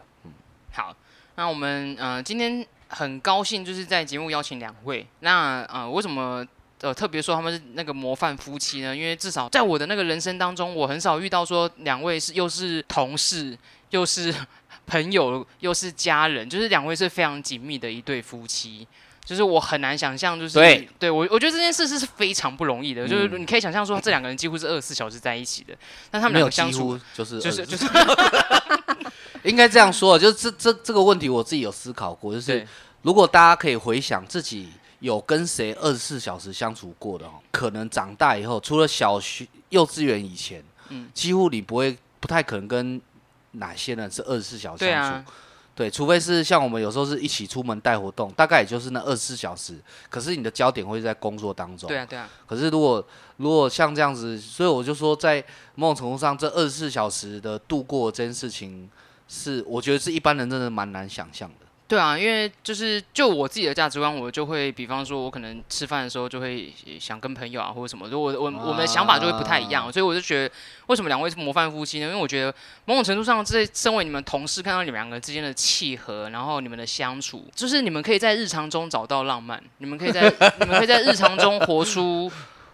[SPEAKER 3] 好，那我们呃今天很高兴就是在节目邀请两位。那呃为什么呃特别说他们是那个模范夫妻呢？因为至少在我的那个人生当中，我很少遇到说两位是又是同事又是朋友又是家人，就是两位是非常紧密的一对夫妻。就是我很难想象，就是
[SPEAKER 4] 对
[SPEAKER 3] 我我觉得这件事是是非常不容易的，就是
[SPEAKER 4] 嗯
[SPEAKER 3] 你可以想象说这两个人几乎是二十四小时在一起的，但他们
[SPEAKER 4] 没
[SPEAKER 3] 两
[SPEAKER 4] 有
[SPEAKER 3] 个相
[SPEAKER 4] 几
[SPEAKER 3] 处
[SPEAKER 4] 乎就是
[SPEAKER 3] 就是
[SPEAKER 4] 呃
[SPEAKER 3] 就是
[SPEAKER 4] [LAUGHS] 应该这样说，就是这这这个问题我自己有思考过，就是
[SPEAKER 3] 对
[SPEAKER 4] 如果大家可以回想自己有跟谁二十四小时相处过的哦，可能长大以后，除了小学、幼稚园以前，
[SPEAKER 3] 嗯
[SPEAKER 4] 几乎你不会不太可能跟哪些人是二十四小时
[SPEAKER 3] 对
[SPEAKER 4] 相处。
[SPEAKER 3] 啊，
[SPEAKER 4] 对，除非是像我们有时候是一起出门带活动，大概也就是那二十四小时，可是你的焦点会在工作当中。
[SPEAKER 3] 对啊对啊，
[SPEAKER 4] 可是如果如果像这样子，所以我就说，在某种程度上，这二十四小时的度过这件事情是，我觉得是一般人真的蛮难想象的。
[SPEAKER 3] 对啊，因为就是就我自己的价值观，我就会，比方说，我可能吃饭的时候就会想跟朋友啊，或者什么，就我我我们的想法就会不太一
[SPEAKER 4] 啊
[SPEAKER 3] 样，所以我就觉得，为什么两位是模范夫妻呢？因为我觉得某种程度上，这身为你们同事，看到你们两个之间的契合，然后你们的相处，就是你们可以在日常中找到浪漫，你们可以在你们可以在日常中活出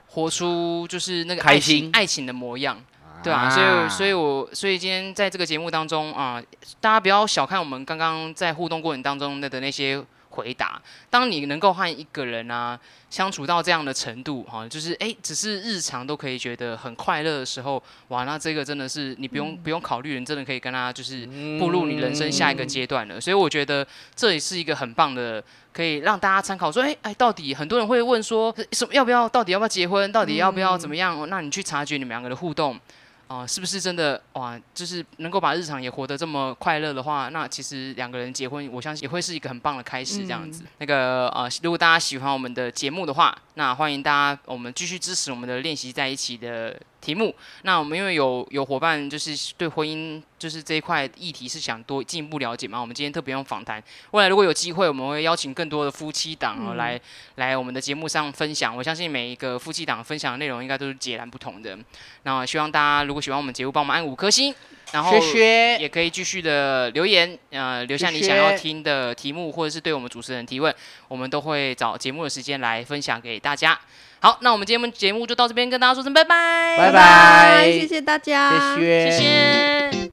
[SPEAKER 3] 活出就是那个爱
[SPEAKER 4] 开
[SPEAKER 3] 情
[SPEAKER 4] 心
[SPEAKER 3] 爱情的模样。对啊，所以所以我所以今天在这个节目当中啊、大家不要小看我们刚刚在互动过程当中的那些回答。当你能够和一个人啊相处到这样的程度，哈、就是哎，只是日常都可以觉得很快乐的时候，哇，那这个真的是你不用、不用考虑，你真的可以跟他就是步入你人生下一个阶段了。所以我觉得这也是一个很棒的，可以让大家参考说，哎哎，到底很多人会问说，什么要不要，到底要不要结婚，到底要不要怎么样？哦那你去察觉你们两个的互动。哦、是不是真的哇？就是能够把日常也活得这么快乐的话，那其实两个人结婚，我相信也会是一个很棒的开始。这样子，那个呃，如果大家喜欢我们的节目的话，那欢迎大家我们继续支持我们的练习在一起的题目。那我们因为有有伙伴就是对婚姻就是这一块议题是想多进一步了解嘛，我们今天特别用访谈。未来如果有机会，我们会邀请更多的夫妻档哦、
[SPEAKER 2] 嗯
[SPEAKER 3] 来来我们的节目上分享。我相信每一个夫妻档分享的内容应该都是截然不同的。那希望大家如果喜欢我们节目，帮我们按五颗星，然后
[SPEAKER 4] 学学
[SPEAKER 3] 也可以继续的留言，呃，留下你
[SPEAKER 4] 谢谢
[SPEAKER 3] 想要听的题目，或者是对我们主持人提问，我们都会找节目的时间来分享给大家。好，那我们今天节目就到这边，跟大家说声拜拜，
[SPEAKER 4] 拜
[SPEAKER 2] 拜，
[SPEAKER 4] 拜
[SPEAKER 2] 谢谢大家，
[SPEAKER 4] 学学
[SPEAKER 3] 谢谢。